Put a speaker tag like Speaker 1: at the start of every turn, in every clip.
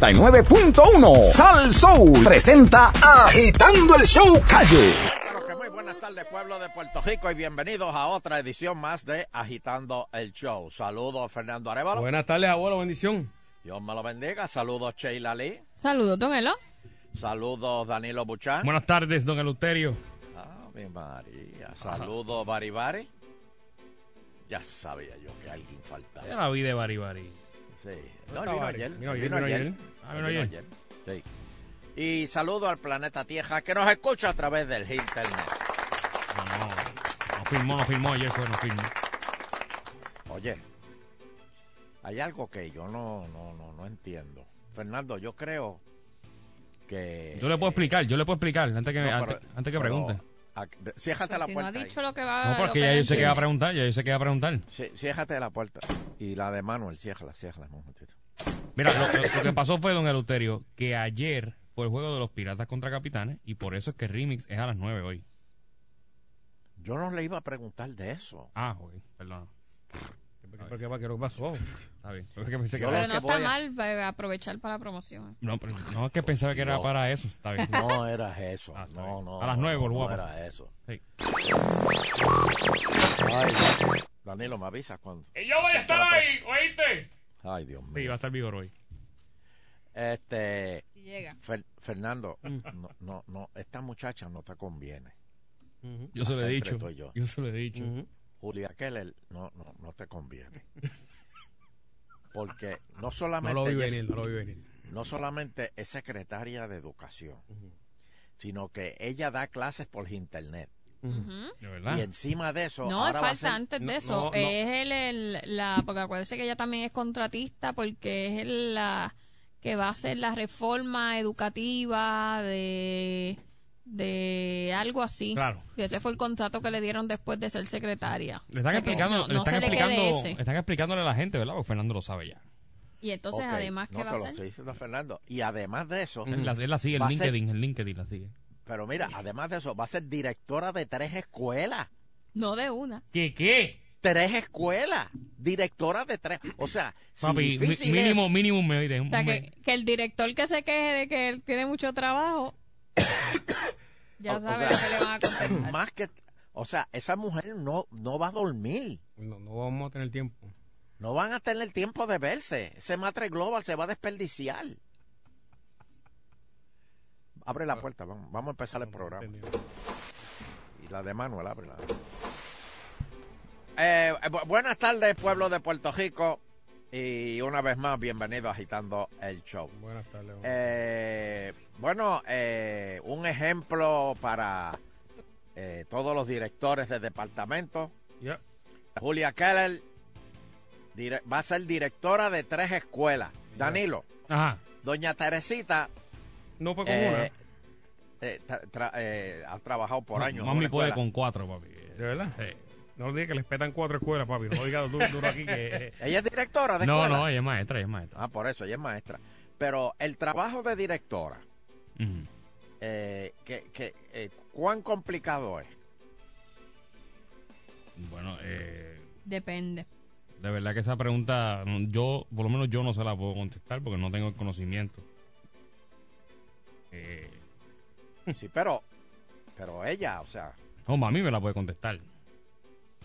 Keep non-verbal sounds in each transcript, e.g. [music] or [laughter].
Speaker 1: 99.1 Sal Soul presenta Agitando el Show Calle.
Speaker 2: Muy buenas tardes, pueblo de Puerto Rico, y bienvenidos a otra edición más de Agitando el Show. Saludos, Fernando Arevalo.
Speaker 3: Buenas tardes, abuelo, bendición.
Speaker 2: Dios me lo bendiga. Saludos, Sheila Lee.
Speaker 4: Saludos, don Elo.
Speaker 2: Saludos, Danilo Buchan.
Speaker 3: Buenas tardes, don Eleuterio.
Speaker 2: Ah, mi María. Saludos, Baribari. Ya sabía yo que alguien faltaba.
Speaker 3: Ya la vi de Baribari.
Speaker 2: Sí.
Speaker 3: ¿Dónde
Speaker 2: No,
Speaker 3: está
Speaker 2: vino
Speaker 3: Bari?
Speaker 2: ayer.
Speaker 3: Vino ayer, vino ayer. Ah,
Speaker 2: Vino
Speaker 3: vino ayer.
Speaker 2: ayer. Sí. Y saludo al planeta Tierra que nos escucha a través del internet.
Speaker 3: No, no, no firmó, no firmó, ayer fue, no firmó.
Speaker 2: Oye, hay algo que yo no, no, no, no entiendo. Fernando, yo creo que... eh,
Speaker 3: Yo le puedo explicar, yo le puedo explicar, antes que,
Speaker 2: No,
Speaker 3: me-
Speaker 2: pero-
Speaker 3: antes, antes que
Speaker 2: pero- Ah,
Speaker 3: pregunte.
Speaker 2: a- de- ciérrate la
Speaker 4: si no
Speaker 2: puerta.
Speaker 4: ha
Speaker 2: ahí.
Speaker 4: dicho lo que va
Speaker 3: No,
Speaker 4: lo
Speaker 3: porque
Speaker 4: que
Speaker 3: ya yo sé que va a
Speaker 4: entiende.
Speaker 3: preguntar, ya yo sé que va a preguntar.
Speaker 2: Sí, ciérrate la puerta. Y la de Manuel, ciérrala, ciérrala. un momentito.
Speaker 3: Mira, lo, lo- lo que pasó fue, don Eleuterio, que ayer fue el juego de los Piratas contra Capitanes y por eso es que Remix es a las 9 hoy.
Speaker 2: Yo no le iba a preguntar de eso.
Speaker 3: Ah, ok, perdón. ¿Por qué, qué pasó? Está bien. Es que pensé que
Speaker 2: Yo
Speaker 3: era-
Speaker 4: Pero
Speaker 2: Es que
Speaker 4: no está
Speaker 2: voy a-
Speaker 4: mal eh, aprovechar para la promoción.
Speaker 3: No, pero- no, es que pensaba que era
Speaker 2: No.
Speaker 3: para eso. Está bien. [laughs]
Speaker 2: No era eso.
Speaker 3: Ah, está
Speaker 2: No,
Speaker 3: bien.
Speaker 2: no.
Speaker 3: A las
Speaker 2: no,
Speaker 3: nueve, por
Speaker 2: No
Speaker 3: guapo.
Speaker 2: era eso.
Speaker 3: Sí.
Speaker 2: Ay, Danilo, me avisas cuando.
Speaker 3: Y yo voy a estar ahí, ¿oíste?
Speaker 2: Ay, Dios mío.
Speaker 3: Sí, va a estar Vigor hoy.
Speaker 2: Este,
Speaker 4: Si llega.
Speaker 2: Fer- Fernando,
Speaker 3: Mm.
Speaker 2: no, no, no, esta muchacha no te conviene.
Speaker 3: Yo se lo
Speaker 2: Entre
Speaker 3: he dicho.
Speaker 2: tú y yo.
Speaker 3: Yo se lo he dicho.
Speaker 2: Julia Keller, no, no, no te conviene. Porque no
Speaker 3: No
Speaker 2: solamente
Speaker 3: lo vi
Speaker 2: ella es-
Speaker 3: venir, no lo vi venir.
Speaker 2: no solamente es secretaria de educación, sino que ella da clases por internet.
Speaker 4: Ujú.
Speaker 3: De verdad.
Speaker 2: Y encima de eso,
Speaker 4: No,
Speaker 2: ahora va a
Speaker 4: falta
Speaker 2: ser-
Speaker 4: antes
Speaker 3: No,
Speaker 4: de eso.
Speaker 3: no, no.
Speaker 4: Es el, el- la, porque acuérdese que ella también es contratista porque es el- la que va a hacer la reforma educativa de, de algo así.
Speaker 3: Claro.
Speaker 4: Y ese fue el contrato que le dieron después de ser secretaria.
Speaker 3: Le están
Speaker 4: No,
Speaker 3: explicando,
Speaker 4: no,
Speaker 3: le
Speaker 4: no
Speaker 3: están
Speaker 4: se le quede
Speaker 3: explicando,
Speaker 4: ese.
Speaker 3: están explicándole a la gente, ¿verdad? Porque Fernando lo sabe ya.
Speaker 4: Y entonces,
Speaker 2: Ok,
Speaker 4: además, ¿qué
Speaker 2: no
Speaker 4: va a
Speaker 2: te lo
Speaker 4: hacer?
Speaker 2: estoy diciendo, Fernando. Y además de eso,
Speaker 3: Él la, él la sigue,
Speaker 2: Va
Speaker 3: el
Speaker 2: a ser-
Speaker 3: LinkedIn, el LinkedIn la sigue.
Speaker 2: pero mira, además de eso, va a ser directora de tres escuelas.
Speaker 4: No de una.
Speaker 3: ¿Qué, qué?
Speaker 2: Tres escuelas. Directora de tres. O sea, si
Speaker 3: Papi, mi-
Speaker 2: difícil es-
Speaker 3: mínimo, mínimo un mes.
Speaker 4: O sea, que, que el director que se queje de que él tiene mucho trabajo,
Speaker 2: [coughs] O-
Speaker 4: ya
Speaker 2: o
Speaker 4: sabe
Speaker 2: sea,
Speaker 4: que le van a
Speaker 2: [coughs]
Speaker 4: contestar.
Speaker 2: más que o sea esa mujer no no va a dormir
Speaker 5: No, no vamos a tener tiempo.
Speaker 2: no van a tener tiempo de verse ese matre global se va a desperdiciar abre la puerta vamos, vamos a empezar el programa y la de Manuel abre la Eh, eh, bu- buenas tardes pueblo de Puerto Rico y una vez más bienvenido a agitando el show
Speaker 5: Buenas tardes.
Speaker 2: Eh, bueno, eh, un ejemplo para eh, todos los directores de departamento.
Speaker 3: Ya.
Speaker 2: Julia Keller dire- va a ser directora de tres escuelas. Danilo,
Speaker 3: Ajá.
Speaker 2: doña Teresita
Speaker 5: no fue con
Speaker 2: eh,
Speaker 5: una.
Speaker 2: eh, tra- tra- eh, ha trabajado por
Speaker 3: No,
Speaker 2: años. en
Speaker 3: Mami
Speaker 2: una
Speaker 3: puede
Speaker 2: escuela.
Speaker 3: con cuatro, papi.
Speaker 5: ¿De verdad?
Speaker 3: Sí.
Speaker 5: No le digas que les petan cuatro escuelas, papi. No lo digas duro, duro aquí que... eh,
Speaker 3: [laughs]
Speaker 2: Ella es directora de
Speaker 3: No,
Speaker 2: escuela.
Speaker 3: no, ella es maestra, ella es maestra.
Speaker 2: Ah, por eso, ella es maestra. Pero el trabajo de directora,
Speaker 3: Ujú.
Speaker 2: eh, que, que, eh, ¿cuán complicado
Speaker 3: [laughs]
Speaker 2: es?
Speaker 3: Bueno, eh,
Speaker 4: Depende.
Speaker 3: de verdad que esa pregunta, no, yo, por lo menos yo no se la puedo contestar porque no tengo el conocimiento. Eh,
Speaker 2: Sí, pero, pero ella, o sea,
Speaker 3: no, mami me la puede contestar.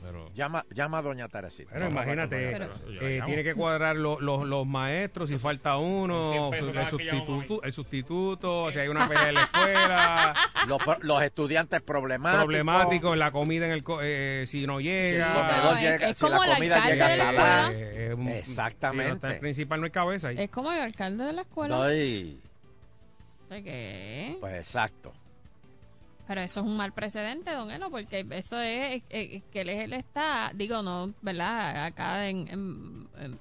Speaker 3: Pero...
Speaker 2: Llama, llama a doña Teresita.
Speaker 5: Bueno, imagínate,
Speaker 4: Pero-
Speaker 5: eh, tiene que cuadrar lo- los- los maestros, si falta uno,
Speaker 3: 100 pesos
Speaker 5: el
Speaker 3: cada que llamo a
Speaker 5: sustituto, el sustituto, si hay una pelea en la escuela,
Speaker 2: Los, pro- los estudiantes problemáticos.
Speaker 5: problemático, la comida en el co- eh, si no
Speaker 2: comedor
Speaker 4: No,
Speaker 5: llega.
Speaker 4: es-
Speaker 2: llega-
Speaker 4: es
Speaker 2: si la
Speaker 4: como el
Speaker 2: comida
Speaker 4: alcalde
Speaker 2: llega
Speaker 4: de la
Speaker 2: salada.
Speaker 4: escuela.
Speaker 5: eh, es un-
Speaker 2: Exactamente.
Speaker 5: si no está el principal no hay cabeza ahí.
Speaker 4: Es como el alcalde de la escuela.
Speaker 2: No, y-
Speaker 4: O sea que-
Speaker 2: Pues exacto.
Speaker 4: Pero eso es un mal precedente, don Elo, porque eso es, es- es que él, es- él está, digo, no, ¿verdad? Acá en, en- en-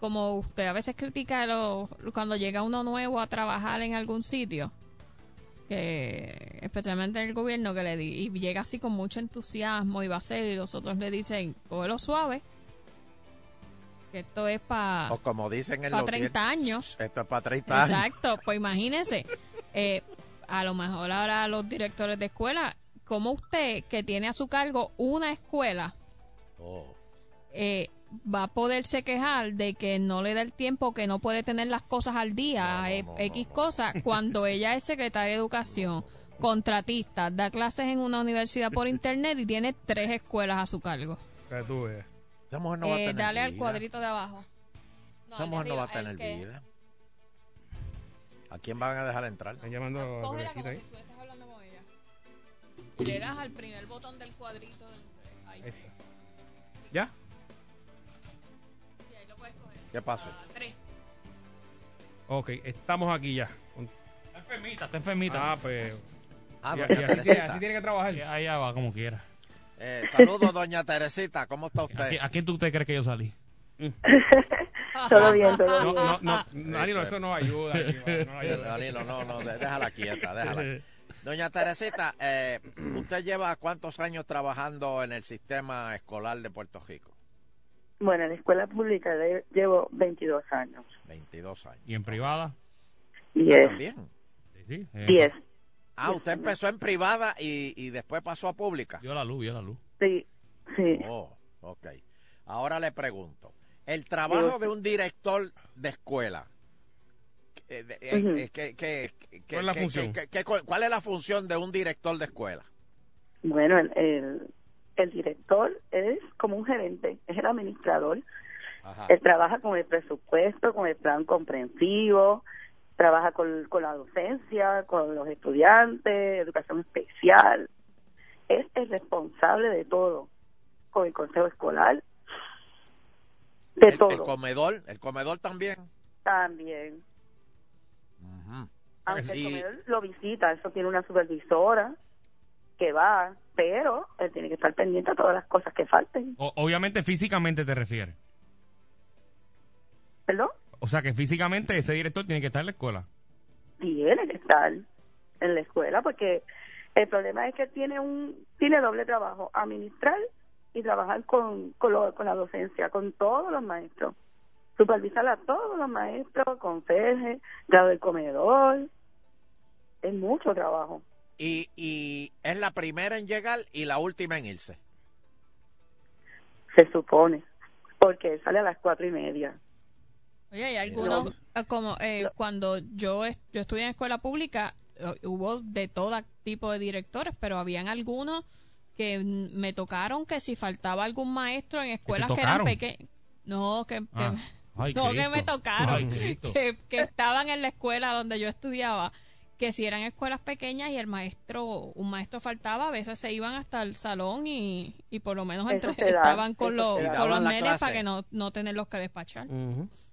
Speaker 4: como usted a veces critica a los- cuando llega uno nuevo a trabajar en algún sitio, que especialmente en el gobierno, que le di- y llega así con mucho entusiasmo y va a ser, y los otros le dicen, cógelo suave, que esto es para...
Speaker 2: O como dicen en
Speaker 4: Ah. Pa'
Speaker 2: los
Speaker 4: 30
Speaker 2: diez-
Speaker 4: años.
Speaker 2: Esto es para 30 años.
Speaker 4: Exacto, pues imagínese, eh, a lo mejor ahora los directores de escuela, como usted que tiene a su cargo una escuela,
Speaker 2: Oh,
Speaker 4: eh, va a poderse quejar de que no le da el tiempo, que no puede tener las cosas al día,
Speaker 2: No, no,
Speaker 4: eh,
Speaker 2: no,
Speaker 4: X
Speaker 2: no, no.
Speaker 4: cosa, cuando ella es secretaria de educación, contratista, da clases en una universidad por internet y tiene tres escuelas a su cargo.
Speaker 5: Que tú veas.
Speaker 2: Esa mujer no va a
Speaker 4: Eh,
Speaker 2: tener
Speaker 4: dale al
Speaker 2: vida.
Speaker 4: cuadrito de abajo. No,
Speaker 2: Esa
Speaker 4: al de
Speaker 2: mujer no va a
Speaker 4: arriba,
Speaker 2: tener
Speaker 4: el que-
Speaker 2: vida. ¿A quién van a dejar entrar?
Speaker 5: Están llamando a la
Speaker 4: Cógela
Speaker 5: pobrecita
Speaker 4: como
Speaker 5: ¿eh?
Speaker 4: si
Speaker 5: ahí.
Speaker 4: estuvieses hablando con ella. Le das al primer botón del cuadrito. del- Ahí,
Speaker 5: Ahí está. ¿Ya?
Speaker 4: sí, ahí lo puedes coger.
Speaker 2: ¿Qué pasó?
Speaker 4: Ah, tres.
Speaker 5: Ok, estamos aquí ya.
Speaker 3: Está enfermita, está enfermita.
Speaker 5: Ah, pero.
Speaker 2: Ah,
Speaker 5: y, y
Speaker 2: doña
Speaker 5: así, tiene,
Speaker 2: Teresita.
Speaker 5: así tiene que trabajar.
Speaker 3: Eh, Allá va, como quiera.
Speaker 2: Eh, saludos, doña Teresita. ¿Cómo está
Speaker 3: ¿A,
Speaker 2: usted?
Speaker 3: qué- a quién tú te crees que yo salí?
Speaker 6: Todo bien, todo
Speaker 5: No,
Speaker 6: bien.
Speaker 5: no, no. Danilo, eso nos ayuda. aquí, mano, no
Speaker 2: [laughs] Eh,
Speaker 5: ayuda.
Speaker 2: Danilo, no, no, de- déjala quieta,
Speaker 5: [laughs]
Speaker 2: déjala. Doña Teresita, eh, ¿usted lleva cuántos años trabajando en el sistema escolar de Puerto Rico?
Speaker 6: Bueno, en la escuela pública le- llevo 22 años.
Speaker 2: 22 años.
Speaker 3: ¿Y en privada?
Speaker 6: Y
Speaker 2: Ah,
Speaker 6: es
Speaker 2: También.
Speaker 3: Sí, sí. eh,
Speaker 6: 10.
Speaker 2: Ah, usted empezó en privada y, y después pasó a pública.
Speaker 3: Vio la luz, vio la luz.
Speaker 6: Sí, sí.
Speaker 2: Oh, ok. Ahora le pregunto, el trabajo de un director de escuela, eh, de- eh,
Speaker 6: Ujú.
Speaker 2: eh, ¿qué- qué- qué-
Speaker 5: ¿Cuál es la
Speaker 2: qué-
Speaker 5: función?
Speaker 2: qué- qué- cuál- ¿Cuál es la función de un director de escuela?
Speaker 6: Bueno, el, el, el director es como un gerente, es el administrador.
Speaker 2: Ajá.
Speaker 6: Él trabaja con el presupuesto, con el plan comprensivo, trabaja con, con la docencia, con los estudiantes, educación especial. Es el responsable de todo, con el consejo escolar, de
Speaker 2: El- el,
Speaker 6: todo
Speaker 2: comedor, el comedor también.
Speaker 6: también.
Speaker 2: Ujú.
Speaker 6: Aunque el
Speaker 2: Y-
Speaker 6: comedor lo visita, eso tiene una supervisora que va, pero él tiene que estar pendiente a todas las cosas que falten.
Speaker 3: O- obviamente, físicamente te refieres.
Speaker 6: ¿Perdón?
Speaker 3: O sea que físicamente ese director tiene que estar en la escuela.
Speaker 6: Tiene que estar en la escuela porque el problema es que tiene un tiene doble trabajo, administrar y trabajar con, con, lo- con la docencia, con todos los maestros. Supervisar a todos los maestros, conserje, grado del comedor. Es mucho trabajo.
Speaker 2: y, y es la primera en llegar y la última en irse.
Speaker 6: se supone, porque él sale a las cuatro y media.
Speaker 4: Oye, hay algunos, eh, como eh, cuando yo, est- yo estudié en escuela pública, eh, hubo de todo tipo de directores, pero habían algunos que mm, me tocaron que si faltaba algún maestro en escuelas que eran
Speaker 3: tocaron?
Speaker 4: pequeñas. No, que, que-
Speaker 3: Ah. Ay,
Speaker 4: no, que
Speaker 3: Cristo.
Speaker 4: me tocaron,
Speaker 3: Ay, Cristo.
Speaker 4: que, que estaban en la escuela donde yo estudiaba, que si eran escuelas pequeñas y el maestro, un maestro faltaba, a veces se iban hasta el salón y, y por lo menos
Speaker 6: Eso
Speaker 4: entre-
Speaker 6: se da,
Speaker 4: estaban con
Speaker 6: eso
Speaker 4: los,
Speaker 6: se da.
Speaker 2: Y
Speaker 4: con los
Speaker 2: daban la
Speaker 4: nenes para
Speaker 2: clase.
Speaker 4: que no, no tenerlos que
Speaker 5: Mm.
Speaker 4: despachar.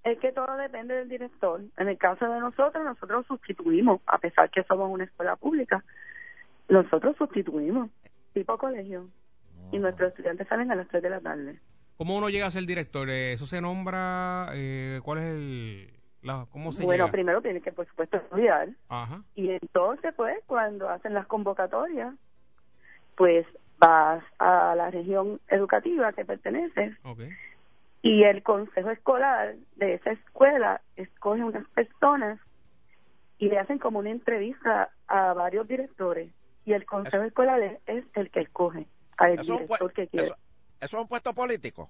Speaker 6: Es que todo depende del director. En el caso de nosotros, nosotros sustituimos, a pesar que somos una escuela pública, nosotros sustituimos, tipo colegio,
Speaker 5: Ah.
Speaker 6: y nuestros estudiantes salen a las tres de la tarde.
Speaker 5: ¿Cómo uno llega a ser director? Eh, ¿Eso se nombra? eh, ¿Cuál es el...? la- ¿Cómo se
Speaker 6: Bueno,
Speaker 5: llega?
Speaker 6: primero tienen que, por supuesto, estudiar,
Speaker 5: Ajá.
Speaker 6: y entonces, pues, cuando hacen las convocatorias, pues vas a la región educativa que perteneces
Speaker 5: Ok.
Speaker 6: y el consejo escolar de esa escuela escoge unas personas y le hacen como una entrevista a varios directores y el consejo escolar es, es el que escoge al
Speaker 2: Eso es, un,
Speaker 6: director
Speaker 2: pue-
Speaker 6: que quiere.
Speaker 2: eso- eso es un puesto político.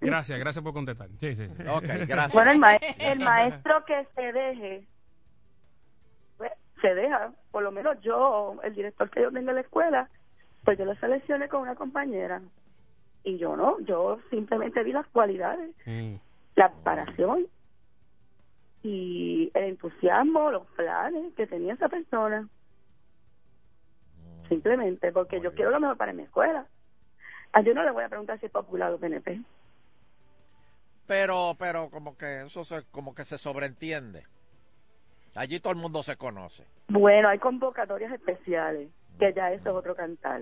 Speaker 5: Gracias, gracias por contestar.
Speaker 3: Sí, sí.
Speaker 5: [laughs]
Speaker 2: Ok, gracias.
Speaker 6: Bueno, el, mae- el maestro que se deje, pues, se deja, por lo menos yo, el director que yo tengo en la escuela, pues yo lo seleccioné con una compañera. Y yo no, yo simplemente vi las cualidades,
Speaker 5: Mm.
Speaker 6: la preparación y el entusiasmo, los planes que tenía esa persona. Simplemente porque yo quiero lo mejor para mi escuela. A yo no le voy a preguntar si es popular o PNP.
Speaker 2: Pero, pero como que eso se, como que se sobreentiende. Allí todo el mundo se conoce.
Speaker 6: Bueno, hay convocatorias especiales, que ya eso es otro cantar.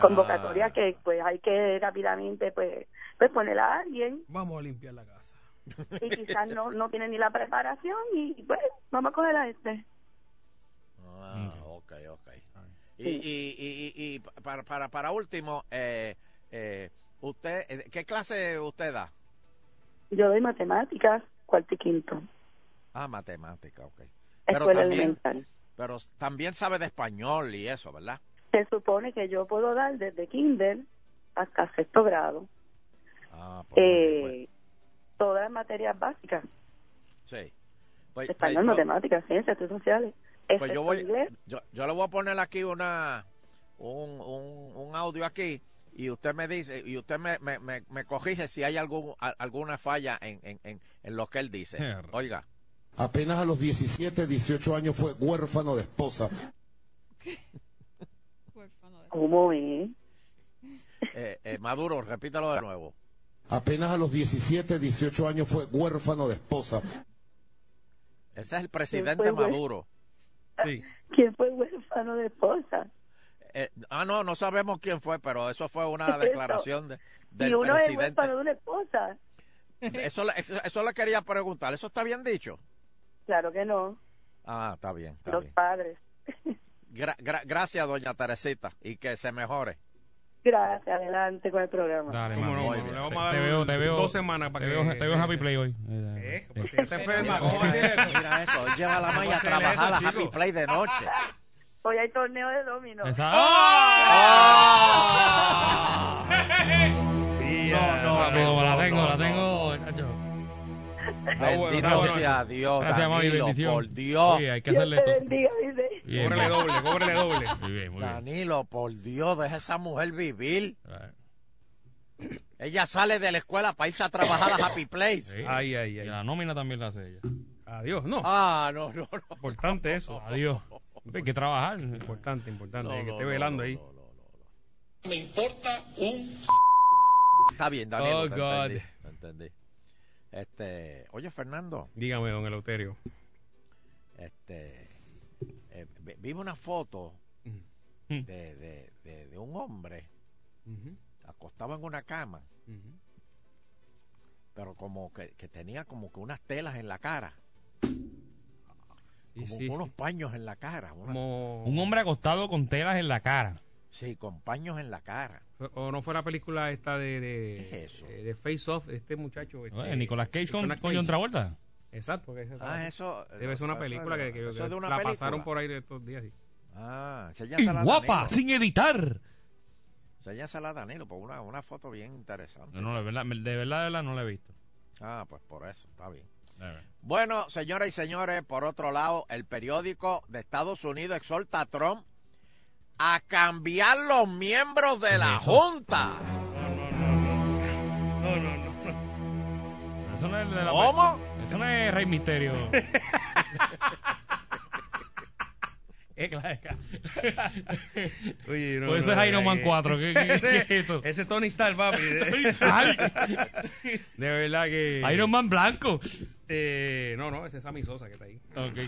Speaker 6: convocatoria
Speaker 2: Ah.
Speaker 6: que pues hay que rápidamente pues pues poner a alguien
Speaker 5: Vamos a limpiar la casa.
Speaker 6: y quizás no no tiene ni la preparación y pues vamos a coger a este
Speaker 2: Ah, ok, ok. Y, y, y, y- y para, para, para último, eh, eh, usted, eh, ¿qué clase usted da?
Speaker 6: yo doy matemáticas cuarto y quinto
Speaker 2: Ah, matemática, ok. Pero
Speaker 6: escuela
Speaker 2: también,
Speaker 6: elemental
Speaker 2: pero también sabe de español y eso, ¿verdad?
Speaker 6: se supone que yo puedo dar desde kinder hasta sexto grado,
Speaker 2: Ah, pues,
Speaker 6: eh, todas las materias básicas,
Speaker 2: sí. Pues,
Speaker 6: español,
Speaker 2: pues, yo-
Speaker 6: matemáticas, ciencias, estudios sociales,
Speaker 2: pues
Speaker 6: excepto
Speaker 2: yo voy,
Speaker 6: inglés.
Speaker 2: yo, yo le voy a poner aquí una, un, un, un audio aquí y usted me dice, y usted me, me, me, me corrige si hay algún, a- alguna falla en, en, en, en lo que él dice.
Speaker 3: Mierda.
Speaker 2: Oiga,
Speaker 7: Apenas a los 17, 18 años fue huérfano de esposa.
Speaker 4: Huérfano de-
Speaker 6: ¿Cómo es?
Speaker 2: eh, eh, Maduro, repítalo
Speaker 6: Ah.
Speaker 2: de nuevo.
Speaker 7: Apenas a los 17, 18 años fue huérfano de esposa.
Speaker 2: Ese es el presidente
Speaker 6: fue, güey?
Speaker 2: Maduro.
Speaker 5: Sí.
Speaker 6: ¿Quién fue huérfano de esposa?
Speaker 2: Eh, ah, no, no sabemos quién fue, pero eso fue una
Speaker 6: [laughs] Eso.
Speaker 2: declaración de, del
Speaker 6: y uno es
Speaker 2: presidente.
Speaker 6: huérfano de una esposa.
Speaker 2: [laughs] Eso, le- eso, eso le quería preguntar. ¿Eso está bien dicho?
Speaker 6: Claro que no,
Speaker 2: Ah, está bien, está
Speaker 6: los
Speaker 2: bien.
Speaker 6: padres.
Speaker 2: Gra- gra- gracias, doña Teresita, y que se mejore.
Speaker 6: Gracias, adelante con el programa.
Speaker 3: Dale,
Speaker 5: ¿Cómo
Speaker 3: mami.
Speaker 5: no?
Speaker 3: Te-
Speaker 5: Le
Speaker 3: te,
Speaker 5: vamos a dar
Speaker 3: veo, te veo.
Speaker 5: dos semanas para
Speaker 3: te
Speaker 5: que-
Speaker 3: veo, te
Speaker 5: [laughs]
Speaker 3: veo en Happy Play hoy.
Speaker 5: Eh,
Speaker 3: Eh,
Speaker 5: pues, si está enferma, ¿cómo va a
Speaker 2: Mira
Speaker 5: ser?
Speaker 2: eso, mira eso. Él lleva la
Speaker 5: ¿Cómo
Speaker 2: malla a
Speaker 5: hacer
Speaker 2: trabajar
Speaker 5: eso,
Speaker 2: a Happy
Speaker 5: chico?
Speaker 2: Play de noche.
Speaker 6: Hoy hay torneo de dominó.
Speaker 3: Esa-
Speaker 5: ¡Oh!
Speaker 2: Ah.
Speaker 5: [laughs] Eh, Tía,
Speaker 3: Ah,
Speaker 5: no,
Speaker 3: pero la tengo,
Speaker 5: no,
Speaker 3: la
Speaker 5: no.
Speaker 3: tengo, chacho.
Speaker 5: bueno,
Speaker 2: Bendito
Speaker 5: está bueno.
Speaker 2: sea Dios,
Speaker 3: Gracias, mami,
Speaker 2: Danilo,
Speaker 3: bendición.
Speaker 2: por Dios.
Speaker 3: Sí, hay [laughs] que
Speaker 6: Dios
Speaker 3: hacerle
Speaker 6: te
Speaker 3: todo.
Speaker 6: bendiga, dice.
Speaker 3: Bien,
Speaker 5: Cóbrele doble, cóbrele doble.
Speaker 3: Muy bien, muy bien.
Speaker 2: Danilo, por Dios, deja a esa mujer vivir.
Speaker 3: Ah,
Speaker 2: Ella sale de la escuela para irse a trabajar a Happy Place.
Speaker 3: sí.
Speaker 5: Ay, ay,
Speaker 3: Y
Speaker 5: ay.
Speaker 3: la nómina también la hace ella.
Speaker 5: Adiós, no.
Speaker 2: Ah, no, no, no.
Speaker 5: Importante eso.
Speaker 3: Adiós. Hay que trabajar.
Speaker 5: Importante, importante.
Speaker 2: No,
Speaker 5: que
Speaker 2: no,
Speaker 5: esté
Speaker 2: no,
Speaker 5: velando
Speaker 2: no,
Speaker 5: ahí.
Speaker 2: no, no, no. Está bien, Danilo.
Speaker 3: Oh,
Speaker 2: te
Speaker 3: God.
Speaker 2: entendí, te entendí. Este, oye, Fernando,
Speaker 5: Dígame, don Eleuterio.
Speaker 2: este, eh, vi- vi una foto
Speaker 3: Mm.
Speaker 2: de, de- de- de un hombre acostado en una cama, pero como que, que tenía como que unas telas en la cara,
Speaker 5: Sí,
Speaker 2: como
Speaker 5: sí.
Speaker 2: unos paños en la cara, una-
Speaker 5: Como-
Speaker 3: Un hombre acostado con telas en la cara.
Speaker 2: sí, con paños en la cara.
Speaker 5: O no fue la película esta de, de,
Speaker 2: ¿Qué es eso?
Speaker 5: eh, de Face Off, este muchacho. Este,
Speaker 3: Eh, Nicolas Cage con,
Speaker 5: Nicolas
Speaker 3: con
Speaker 5: Cage.
Speaker 3: John Travolta.
Speaker 5: Exacto. que esa-
Speaker 2: Ah, eso
Speaker 5: Debe ser una
Speaker 2: eso
Speaker 5: película
Speaker 2: es-
Speaker 5: que, que-
Speaker 2: eso es de una
Speaker 5: la
Speaker 2: película.
Speaker 5: pasaron por ahí estos días. sí.
Speaker 2: Ah, se llama
Speaker 3: Y
Speaker 2: Sala
Speaker 3: guapa,
Speaker 2: Danilo.
Speaker 3: sin editar.
Speaker 2: Se llama Sala Danilo, pues una, una foto bien interesante.
Speaker 3: No, no, de verdad, de verdad, de verdad no la he visto.
Speaker 2: Ah, pues por eso, está bien.
Speaker 3: De verdad.
Speaker 2: Bueno, señoras y señores, por otro lado, el periódico de Estados Unidos exhorta a Trump a cambiar los miembros de la
Speaker 3: Eso.
Speaker 2: Junta.
Speaker 3: Pero Eso no es de la
Speaker 5: Oh.
Speaker 3: [laughs]
Speaker 2: ¿Cómo?
Speaker 3: Eso no es Rey Misterio.
Speaker 5: [laughs]
Speaker 3: [laughs]
Speaker 5: Eh, claro, claro. Oye, no,
Speaker 3: Pues eso
Speaker 5: no,
Speaker 3: es Iron
Speaker 5: eh,
Speaker 3: Man
Speaker 5: eh.
Speaker 3: 4. ¿Qué, qué- qué es eso?
Speaker 5: Ese es Tony Stark, papi.
Speaker 3: [laughs]
Speaker 5: [laughs] De verdad que.
Speaker 3: Iron Man blanco.
Speaker 5: Eh, no, no, ese es Sammy Sosa que está ahí.
Speaker 3: Ok.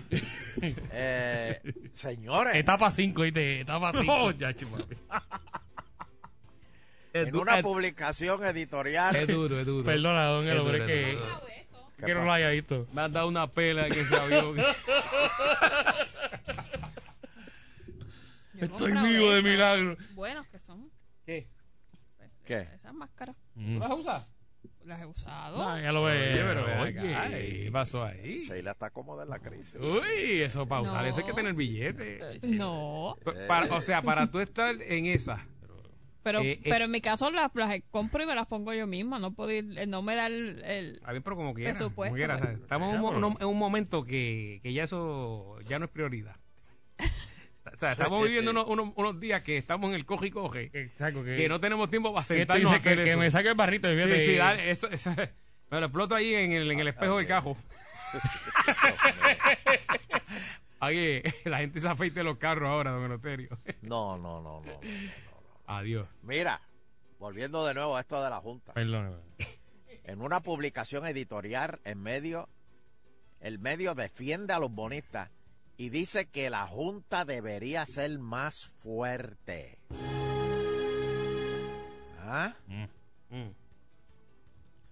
Speaker 2: Eh, señores,
Speaker 3: [laughs] etapa 5, ¿viste? Etapa 5.
Speaker 5: No, ya, Oh, papi. Es,
Speaker 2: en
Speaker 5: du-
Speaker 2: una
Speaker 5: es-
Speaker 2: publicación editorial...
Speaker 5: es duro, es duro.
Speaker 3: Perdona, don
Speaker 5: Es
Speaker 3: Elo,
Speaker 5: duro,
Speaker 3: pero es
Speaker 5: es
Speaker 3: que,
Speaker 5: duro.
Speaker 2: ¿Qué
Speaker 3: que no lo
Speaker 2: pasa?
Speaker 3: haya visto.
Speaker 5: Me has dado una pela que se avió.
Speaker 3: [laughs]
Speaker 4: Yo he
Speaker 3: Estoy
Speaker 4: comprado
Speaker 3: vivo de
Speaker 4: eso.
Speaker 3: milagro.
Speaker 4: Buenos que son.
Speaker 5: ¿Qué?
Speaker 2: ¿Qué?
Speaker 4: Esas máscaras.
Speaker 3: Mm.
Speaker 5: ¿Vas a usar?
Speaker 4: Las he usado.
Speaker 3: Ah, ya lo ve.
Speaker 5: Oye, pero ven
Speaker 3: oye.
Speaker 5: acá, eh, ¿qué pasó ahí?
Speaker 2: Sheila está cómoda en la crisis.
Speaker 5: Uy, eso para
Speaker 4: No.
Speaker 5: usar, eso hay que tener
Speaker 4: Eh,
Speaker 5: billete.
Speaker 4: No.
Speaker 5: Pa- para- o sea, para tú estar en esa.
Speaker 4: Pero,
Speaker 5: Eh, eh.
Speaker 4: pero en mi caso las, las compro y me las pongo yo misma. No puedo ir- eh, no me da el, el-
Speaker 5: A ver, pero como quieras.
Speaker 4: Por supuesto.
Speaker 5: como quieras, ¿sabes? Estamos en un, mo- en un momento que, que ya eso ya no es prioridad.
Speaker 4: [laughs]
Speaker 5: O sea, estamos viviendo unos, unos- unos días que estamos en el coge y coge,
Speaker 3: Exacto. Que,
Speaker 5: que no tenemos tiempo para
Speaker 3: que tú
Speaker 5: sentarnos a
Speaker 3: dices
Speaker 5: hacer
Speaker 3: que, que
Speaker 5: eso.
Speaker 3: me saque el barrito. Y
Speaker 5: Sí,
Speaker 3: fíjate,
Speaker 5: sí, dale, eso- eso- me lo exploto ahí en el, en el espejo
Speaker 3: [laughs]
Speaker 5: del cajo. Oye, la gente se afeite los carros ahora, don Eloterio.
Speaker 2: No, no, no, no, no, no.
Speaker 5: Adiós.
Speaker 2: Mira, volviendo de nuevo a esto de la Junta.
Speaker 3: Perdona.
Speaker 2: En una publicación editorial en medio, el medio defiende a los bonistas y dice que la Junta debería ser más fuerte. ¿Ah?
Speaker 3: Mm.
Speaker 5: Mm.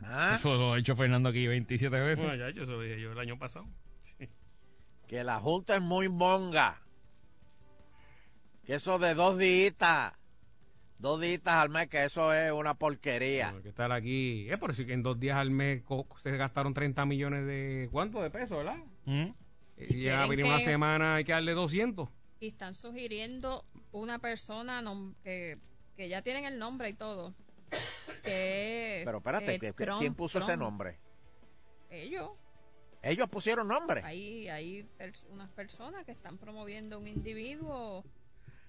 Speaker 2: ¿Ah?
Speaker 3: Eso lo ha hecho Fernando aquí 27 veces.
Speaker 5: ya, yo eso lo dije yo el año pasado.
Speaker 2: Que la Junta es muy monga. Que eso de dos días, dos días al mes, que eso es una porquería.
Speaker 5: Hay que estar aquí. Es por eso que en dos días al mes co- se gastaron 30 millones de. ¿Cuánto? De pesos, ¿verdad?
Speaker 3: Mm.
Speaker 5: Eh, Ya
Speaker 4: quieren
Speaker 5: venir una
Speaker 4: que-
Speaker 5: semana, hay que darle 200.
Speaker 4: y están sugiriendo una persona nom- que, que ya tienen el nombre y todo Que,
Speaker 2: Pero espérate,
Speaker 4: eh,
Speaker 2: ¿qué- qué-
Speaker 4: Trump,
Speaker 2: ¿quién puso ese
Speaker 4: Trump.
Speaker 2: nombre?
Speaker 4: Ellos.
Speaker 2: Ellos pusieron nombre.
Speaker 4: Hay, hay pers- unas personas que están promoviendo un individuo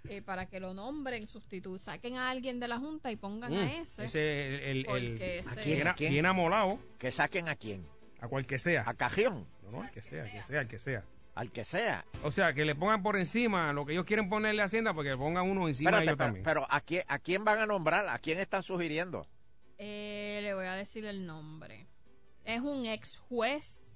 Speaker 4: eh, para que lo nombren, sustituyan, saquen a alguien de la Junta y pongan
Speaker 5: Mm,
Speaker 4: a ese.
Speaker 5: ese es el, el- el-
Speaker 4: Porque
Speaker 2: ¿A
Speaker 4: ese-
Speaker 2: quién?
Speaker 5: bien, a- bien amolado,
Speaker 2: Que saquen a quién.
Speaker 5: a cual que sea.
Speaker 2: A Cajión.
Speaker 5: No, no, al que sea, al que sea, al que sea.
Speaker 2: Al que sea.
Speaker 5: O sea, que le pongan por encima lo que ellos quieren ponerle a Hacienda, porque le pongan uno encima de
Speaker 2: Espérate,
Speaker 5: ellos
Speaker 2: pero,
Speaker 5: también.
Speaker 2: pero ¿a, quién, ¿a quién van a nombrar? ¿A quién están sugiriendo?
Speaker 4: Eh, le voy a decir el nombre. Es un ex juez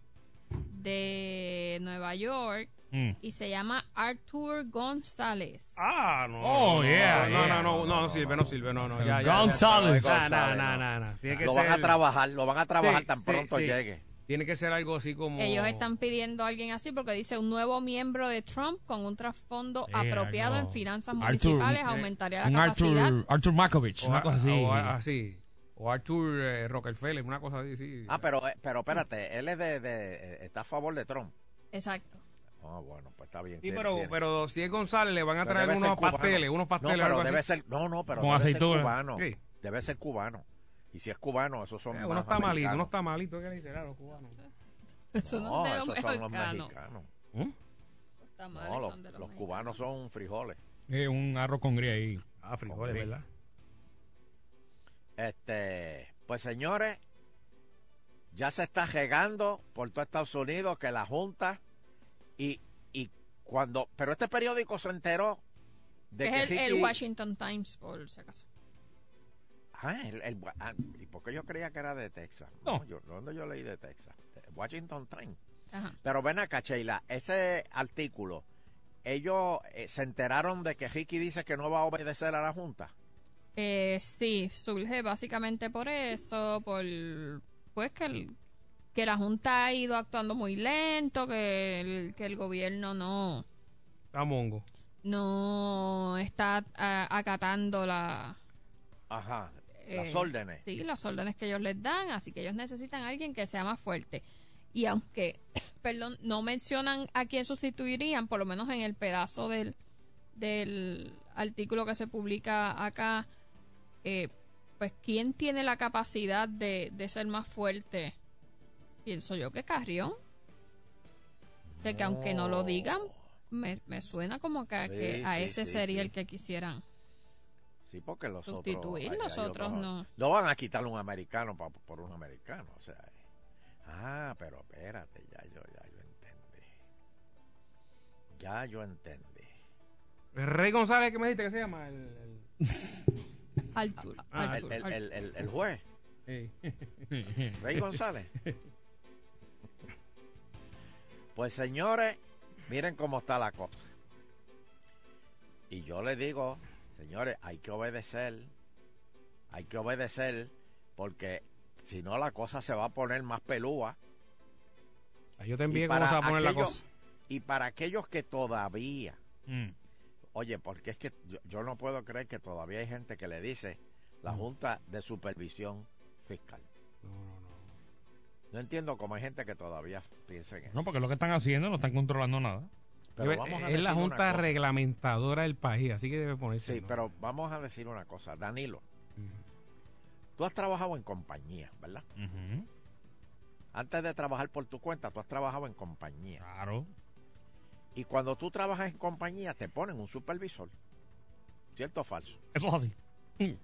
Speaker 4: de Nueva York
Speaker 3: Mm.
Speaker 4: y se llama Arthur González.
Speaker 5: Ah, no.
Speaker 3: Oh,
Speaker 5: no,
Speaker 3: yeah, yeah.
Speaker 5: no, no, no, no, no, sirve, no sirve, no, no. Ya, ya, ya.
Speaker 3: González.
Speaker 5: No, no,
Speaker 2: González, no.
Speaker 5: no, no, no. Tiene que
Speaker 2: Lo
Speaker 5: ser,
Speaker 2: van a trabajar, lo van a trabajar
Speaker 5: Sí,
Speaker 2: tan
Speaker 5: sí,
Speaker 2: pronto
Speaker 5: sí.
Speaker 2: llegue.
Speaker 5: Tiene que ser algo así como.
Speaker 4: Ellos están pidiendo a alguien así porque dice un nuevo miembro de Trump con un trasfondo
Speaker 3: Eh,
Speaker 4: apropiado
Speaker 3: algo-
Speaker 4: en finanzas
Speaker 3: Arthur,
Speaker 4: municipales
Speaker 3: eh,
Speaker 4: aumentaría
Speaker 3: Un
Speaker 4: la capacidad.
Speaker 3: Arthur, Arthur Makovich,
Speaker 5: O,
Speaker 3: una cosa así.
Speaker 5: o así. O Arthur eh, Rockefeller, una cosa así, sí.
Speaker 2: Ah, pero, eh, pero espérate, él es de, de- está a favor de Trump.
Speaker 4: Exacto.
Speaker 2: Ah, bueno, pues está bien.
Speaker 5: Sí,
Speaker 2: tiene-
Speaker 5: pero,
Speaker 2: tiene.
Speaker 5: pero si es González, le van a
Speaker 2: Pero
Speaker 5: traer
Speaker 2: debe ser
Speaker 5: unos
Speaker 2: cubano.
Speaker 5: pasteles, unos pasteles,
Speaker 2: no, pero
Speaker 5: algo
Speaker 2: debe
Speaker 5: así.
Speaker 2: ser, no, no, pero
Speaker 3: Con
Speaker 2: debe
Speaker 3: aceituna.
Speaker 2: ser cubano.
Speaker 5: Sí.
Speaker 2: Debe ser cubano. Y si es cubano, esos son
Speaker 5: Eh,
Speaker 2: más
Speaker 5: unos tamalitos,
Speaker 2: americanos.
Speaker 5: unos tamalitos que le dicen a los cubanos.
Speaker 4: Eso no,
Speaker 2: No,
Speaker 4: es de los
Speaker 2: esos son los
Speaker 4: mexicanos.
Speaker 2: mexicanos.
Speaker 3: ¿Mm?
Speaker 4: Los tamales
Speaker 2: No, los,
Speaker 4: son de los
Speaker 2: los
Speaker 4: mexicanos.
Speaker 2: cubanos son frijoles.
Speaker 3: Eh, un arroz con gría ahí.
Speaker 5: Ah,
Speaker 2: frijoles, ¿verdad? Este, pues señores, ya se está regando por todo Estados Unidos que la Junta y, y cuando, pero este periódico se enteró de que
Speaker 4: es el, el
Speaker 2: Ricky-
Speaker 4: Washington Times, por si acaso.
Speaker 2: Ah, el, el- ah, y porque yo creía que era de Texas.
Speaker 3: No.
Speaker 2: No, yo, ¿dónde yo leí de Texas? De Washington Times.
Speaker 4: Ajá.
Speaker 2: Pero ven acá, Sheila, ese artículo, ellos eh, se enteraron de que Ricky dice que no va a obedecer a la Junta.
Speaker 4: Eh, sí, surge básicamente por eso, por pues que, el- que la Junta ha ido actuando muy lento, que el, que el gobierno no,
Speaker 5: A mongo.
Speaker 4: no está ah, acatando la,
Speaker 2: Ajá,
Speaker 4: eh,
Speaker 2: las órdenes.
Speaker 4: Sí, las órdenes que ellos les dan, así que ellos necesitan a alguien que sea más fuerte. Y aunque, [coughs] perdón, no mencionan a quién sustituirían, por lo menos en el pedazo del, del artículo que se publica acá, eh, pues quién tiene la capacidad de, de ser más fuerte, pienso yo que Carrión. O sea, que aunque no lo digan, me, me suena como que, a- que
Speaker 2: Sí,
Speaker 4: a
Speaker 2: sí,
Speaker 4: ese
Speaker 2: sí,
Speaker 4: sería
Speaker 2: sí.
Speaker 4: el que quisieran.
Speaker 2: Sí, porque los
Speaker 4: Sustituir,
Speaker 2: otros... hay- hay
Speaker 4: los otros no.
Speaker 2: No van a quitar un americano pa- por un americano, o sea... eh. Ah, pero espérate, ya yo, ya yo entendí. Ya yo entendí.
Speaker 5: El Rey González, ¿qué me dijiste que se llama? El, el-
Speaker 4: Arthur,
Speaker 5: Ah,
Speaker 2: El,
Speaker 4: Arthur,
Speaker 2: el-
Speaker 4: Arthur.
Speaker 2: el- el- el juez,
Speaker 5: [laughs] eh.
Speaker 2: Rey González. Pues señores, miren cómo está la cosa. Y yo les digo, señores, hay que obedecer. Hay que obedecer porque si no la cosa se va a poner más pelúa.
Speaker 5: Ah, Yo te
Speaker 2: Y
Speaker 5: envié cómo se va a poner la
Speaker 2: aquellos-
Speaker 5: cosa.
Speaker 2: y para aquellos que todavía,
Speaker 3: Mm.
Speaker 2: oye, porque es que yo, yo no puedo creer que todavía hay gente que le dice la Junta de Supervisión Fiscal.
Speaker 5: No, no, no.
Speaker 2: No entiendo cómo hay gente que todavía piensa en eso.
Speaker 3: No, porque lo que están haciendo no están controlando nada.
Speaker 2: Pero
Speaker 5: Debe-
Speaker 2: vamos a
Speaker 5: eh, es la
Speaker 2: decir una
Speaker 5: junta
Speaker 2: cosa.
Speaker 5: reglamentadora del país, así que debe ponerse.
Speaker 2: Sí,
Speaker 5: ¿no?
Speaker 2: pero vamos a decir una cosa, Danilo.
Speaker 5: Ujú.
Speaker 2: Tú has trabajado en compañía, ¿verdad?
Speaker 3: Ujú,
Speaker 2: Antes de trabajar por tu cuenta, tú has trabajado en compañía.
Speaker 3: Claro.
Speaker 2: Y cuando tú trabajas en compañía, te ponen un supervisor. ¿Cierto o falso?
Speaker 3: Eso es así.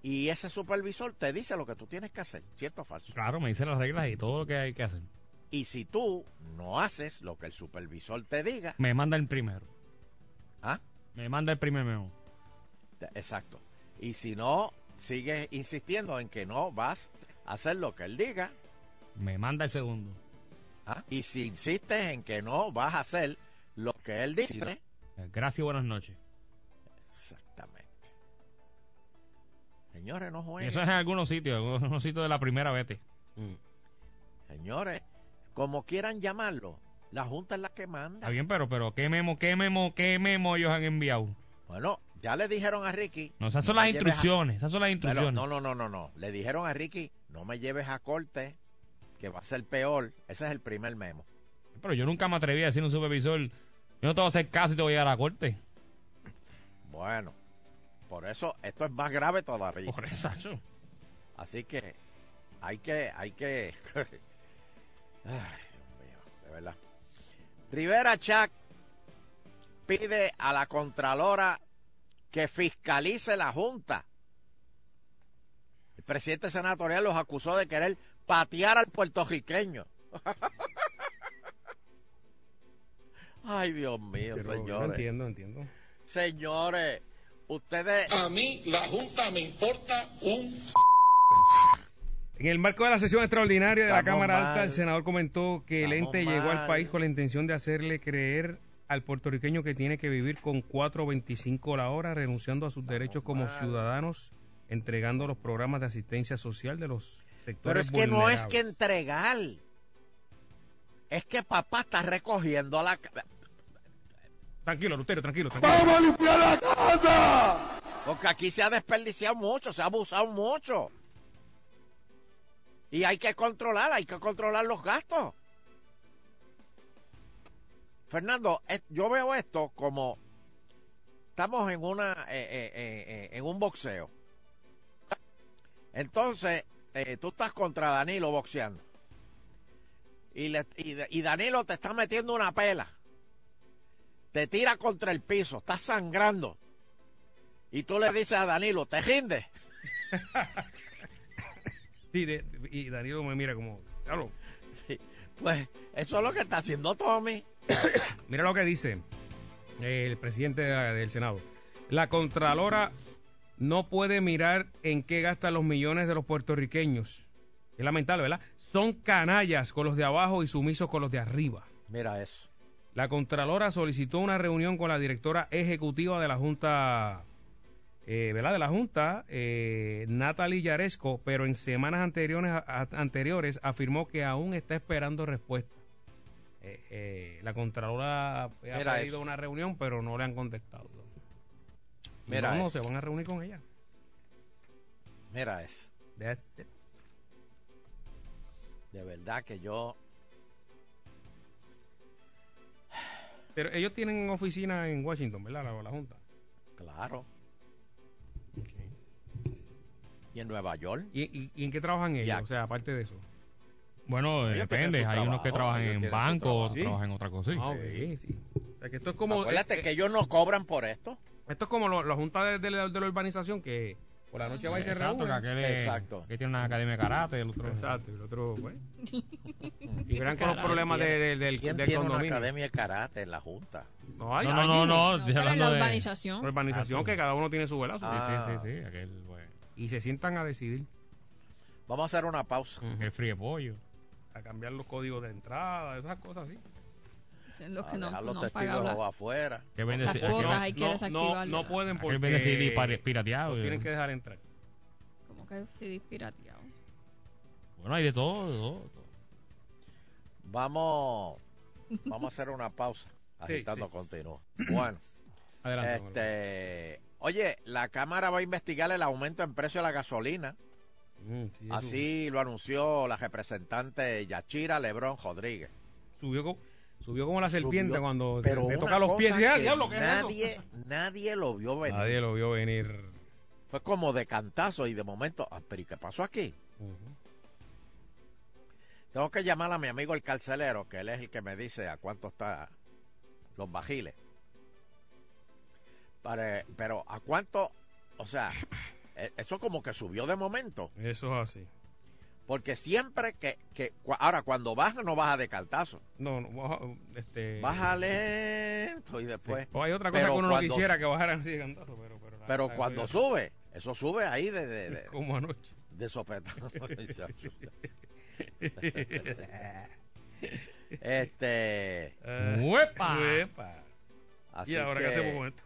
Speaker 2: Y ese supervisor te dice lo que tú tienes que hacer. ¿Cierto o falso?
Speaker 3: Claro, me dicen las reglas y todo lo que hay que hacer.
Speaker 2: Y si tú no haces lo que el supervisor te diga,
Speaker 3: Me manda el primero.
Speaker 2: ¿ah?
Speaker 3: Me manda el primer memo.
Speaker 2: Te- Exacto. Y si no, sigues insistiendo en que no vas a hacer lo que él diga,
Speaker 3: Me manda el segundo.
Speaker 2: ¿ah? y si insistes en que no vas a hacer lo que él dice,
Speaker 3: Eh, Gracias y buenas noches.
Speaker 2: exactamente. Señores, no
Speaker 3: Eso
Speaker 2: jueguen.
Speaker 3: es en algunos sitios, en algunos sitios de la primera vete.
Speaker 2: Señores, como quieran llamarlo, la Junta es la que manda.
Speaker 3: Está bien, pero, pero ¿qué memo, qué memo, qué memo ellos han enviado?
Speaker 2: Bueno, ya le dijeron a Ricky.
Speaker 3: No, esas son
Speaker 2: "No
Speaker 3: las
Speaker 2: me lleves a-
Speaker 3: instrucciones, esas son las
Speaker 2: Pero,
Speaker 3: instrucciones.
Speaker 2: no, no, no, no, no. Le dijeron a Ricky, no me lleves a corte, que va a ser peor. Ese es el primer memo.
Speaker 3: Pero yo nunca me atreví a decir a un supervisor, yo no te voy a hacer caso y te voy a llevar a la corte.
Speaker 2: Bueno, Por eso esto es más grave todavía.
Speaker 3: Por eso. eso.
Speaker 2: Así que hay que, hay que. [laughs] Ay, Dios mío, de verdad. Rivera Chac pide a la Contralora que fiscalice la Junta. El presidente senatorial los acusó de querer patear al puertorriqueño. [laughs] Ay, Dios mío,
Speaker 5: Pero no
Speaker 2: señores.
Speaker 5: entiendo, no entiendo.
Speaker 2: Señores, ustedes
Speaker 8: A mí la Junta me importa un
Speaker 5: En el marco de la sesión extraordinaria de la
Speaker 2: Estamos
Speaker 5: Cámara Alta,
Speaker 2: mal.
Speaker 5: el senador comentó que el
Speaker 2: Estamos
Speaker 5: ente llegó al
Speaker 2: mal.
Speaker 5: país con la intención de hacerle creer al puertorriqueño que tiene que vivir con 4.25 la hora, renunciando a sus derechos como
Speaker 2: mal.
Speaker 5: ciudadanos, entregando los programas de asistencia social de los sectores
Speaker 2: Pero es que no es que
Speaker 5: vulnerables.
Speaker 2: entregar. Es que papá está recogiendo la... ca-
Speaker 5: Tranquilo, Lutero, tranquilo, tranquilo.
Speaker 2: Porque aquí se ha desperdiciado mucho, se ha abusado mucho. Y hay que controlar, hay que controlar los gastos. Fernando, es- yo veo esto como estamos en una eh, eh, eh, eh, en un boxeo. Entonces, eh, tú estás contra Danilo boxeando. Y, le- y, y Danilo te está metiendo una pela. Te tira contra el piso, estás sangrando. Y tú le dices a Danilo, te rinde.
Speaker 5: Sí, de- y Danilo me mira como, "Diablo,
Speaker 2: Pues eso es lo que está haciendo Tommy.
Speaker 5: Mira lo que dice el presidente de- del Senado. La Contralora no puede mirar en qué gastan los millones de los puertorriqueños. Es lamentable, ¿verdad? Son canallas con los de abajo y sumisos con los de arriba.
Speaker 2: Mira eso.
Speaker 5: La Contralora solicitó una reunión con la directora ejecutiva de la Junta, eh, ¿verdad? De la Junta, eh, Natalie Yaresco, pero en semanas anteriores, a- anteriores afirmó que aún está esperando respuesta. Eh, eh, la Contralora ha
Speaker 2: Mira
Speaker 5: pedido
Speaker 2: eso.
Speaker 5: una reunión, pero no le han contestado. Y
Speaker 2: Mira
Speaker 5: no, no,
Speaker 2: eso.
Speaker 5: se van a reunir con ella.
Speaker 2: Mira eso.
Speaker 5: That's it.
Speaker 2: De verdad que yo...
Speaker 5: Pero ellos tienen oficina en Washington, ¿verdad? La, la Junta.
Speaker 2: Claro. ¿Y en Nueva York?
Speaker 5: ¿Y, y, y en qué trabajan ellos?
Speaker 2: Ya.
Speaker 5: O sea, aparte de eso.
Speaker 3: Bueno, eh,
Speaker 2: Ellos tienen
Speaker 3: depende. Hay
Speaker 2: su
Speaker 3: unos que
Speaker 2: trabajo,
Speaker 3: trabajan
Speaker 2: ellos
Speaker 3: en
Speaker 2: tienen su
Speaker 3: bancos,
Speaker 2: trabajo.
Speaker 3: otros
Speaker 5: Sí.
Speaker 3: trabajan en otra cosa. sí.
Speaker 5: Ah, ok, sí. O sea, que esto es como...
Speaker 2: Acuérdate
Speaker 5: eh,
Speaker 2: que ellos no cobran por esto.
Speaker 5: Esto es como lo- la junta de, de la- de la urbanización que por la noche va y se
Speaker 3: Exacto, que
Speaker 5: reúne.
Speaker 3: aquel es-
Speaker 2: Exacto.
Speaker 3: que tiene una academia de karate y el otro.
Speaker 5: Exacto, y el otro,
Speaker 2: [laughs]
Speaker 5: pues. Y verán con los problemas de, de- del,
Speaker 2: ¿Quién
Speaker 5: del
Speaker 2: tiene una
Speaker 5: condominio.
Speaker 2: academia de karate en la Junta?
Speaker 5: No, hay-
Speaker 3: No, no, no,
Speaker 5: hay una
Speaker 3: no,
Speaker 4: No,
Speaker 3: estoy
Speaker 4: pero
Speaker 3: hablando
Speaker 4: la
Speaker 3: de... Sí,
Speaker 4: urbanización.
Speaker 3: Ah,
Speaker 5: Urbanización
Speaker 3: tú.
Speaker 5: que cada uno tiene su velazo.
Speaker 2: Ah.
Speaker 3: sí, sí, aquel, pues,
Speaker 5: Y se sientan a decidir,
Speaker 2: Vamos a hacer una pausa.
Speaker 3: el fríe pollo.
Speaker 5: a cambiar los códigos de entrada, esas cosas así.
Speaker 4: Los
Speaker 2: A
Speaker 4: que no,
Speaker 2: dejar los
Speaker 4: no han
Speaker 2: testigos
Speaker 4: pagado la-
Speaker 2: afuera.
Speaker 3: Que vende
Speaker 4: Las
Speaker 3: aquel-
Speaker 4: cuotas,
Speaker 3: aquel
Speaker 4: hay que
Speaker 5: no, no,
Speaker 4: desactivarlas.
Speaker 5: no pueden porque
Speaker 3: vende CD pare- pirateado. eh. y-
Speaker 5: tienen que dejar entrar.
Speaker 4: Como que CD pirateado.
Speaker 3: Bueno, hay de todo, de todo, de todo.
Speaker 2: Vamos, vamos a hacer una pausa.
Speaker 5: Sí,
Speaker 2: Agitando
Speaker 5: sí.
Speaker 2: continúa. Bueno,
Speaker 5: Adelante. Manuel.
Speaker 2: este, oye, la Cámara va a investigar el aumento en precio de la gasolina.
Speaker 5: Mm, sí, eso-
Speaker 2: Así lo anunció la representante Yachira Lebrón Rodríguez.
Speaker 5: Subió, co- subió como la serpiente
Speaker 2: Subió,
Speaker 5: cuando
Speaker 2: pero
Speaker 5: te
Speaker 2: una
Speaker 5: toca los
Speaker 2: cosa
Speaker 5: pies. Y,
Speaker 2: que
Speaker 5: ¡Ah, diablo, ¿qué es eso?
Speaker 2: nadie,
Speaker 5: [laughs]
Speaker 2: nadie lo vio venir.
Speaker 5: Nadie lo vio venir.
Speaker 2: Fue como de cantazo y de momento, ah, pero ¿y qué pasó aquí?
Speaker 5: Ujú.
Speaker 2: Tengo que llamar a mi amigo el carcelero, que él es el que me dice a cuánto está los bajiles. Para- pero a cuánto, o sea, e- eso como que subió de momento.
Speaker 5: Eso es así.
Speaker 2: Porque siempre que, que cua- ahora cuando baja no baja de cantazo.
Speaker 5: No, no, baja, este...
Speaker 2: Baja lento y
Speaker 5: Sí.
Speaker 2: después...
Speaker 5: o hay otra cosa que
Speaker 2: pero
Speaker 5: uno no
Speaker 2: cuando-
Speaker 5: quisiera que bajaran así de cantazo, pero... Pero,
Speaker 2: Pero
Speaker 5: ah,
Speaker 2: cuando
Speaker 5: eso
Speaker 2: sube, eso sube ahí de, de,
Speaker 5: ya-
Speaker 2: de,
Speaker 5: Como anoche.
Speaker 2: de sopetón. [laughs]
Speaker 5: [laughs]
Speaker 2: este,
Speaker 5: ¡Uepa!
Speaker 2: así
Speaker 5: ¿Y ahora qué
Speaker 2: que,
Speaker 5: hacemos
Speaker 2: [clears throat]
Speaker 5: con esto?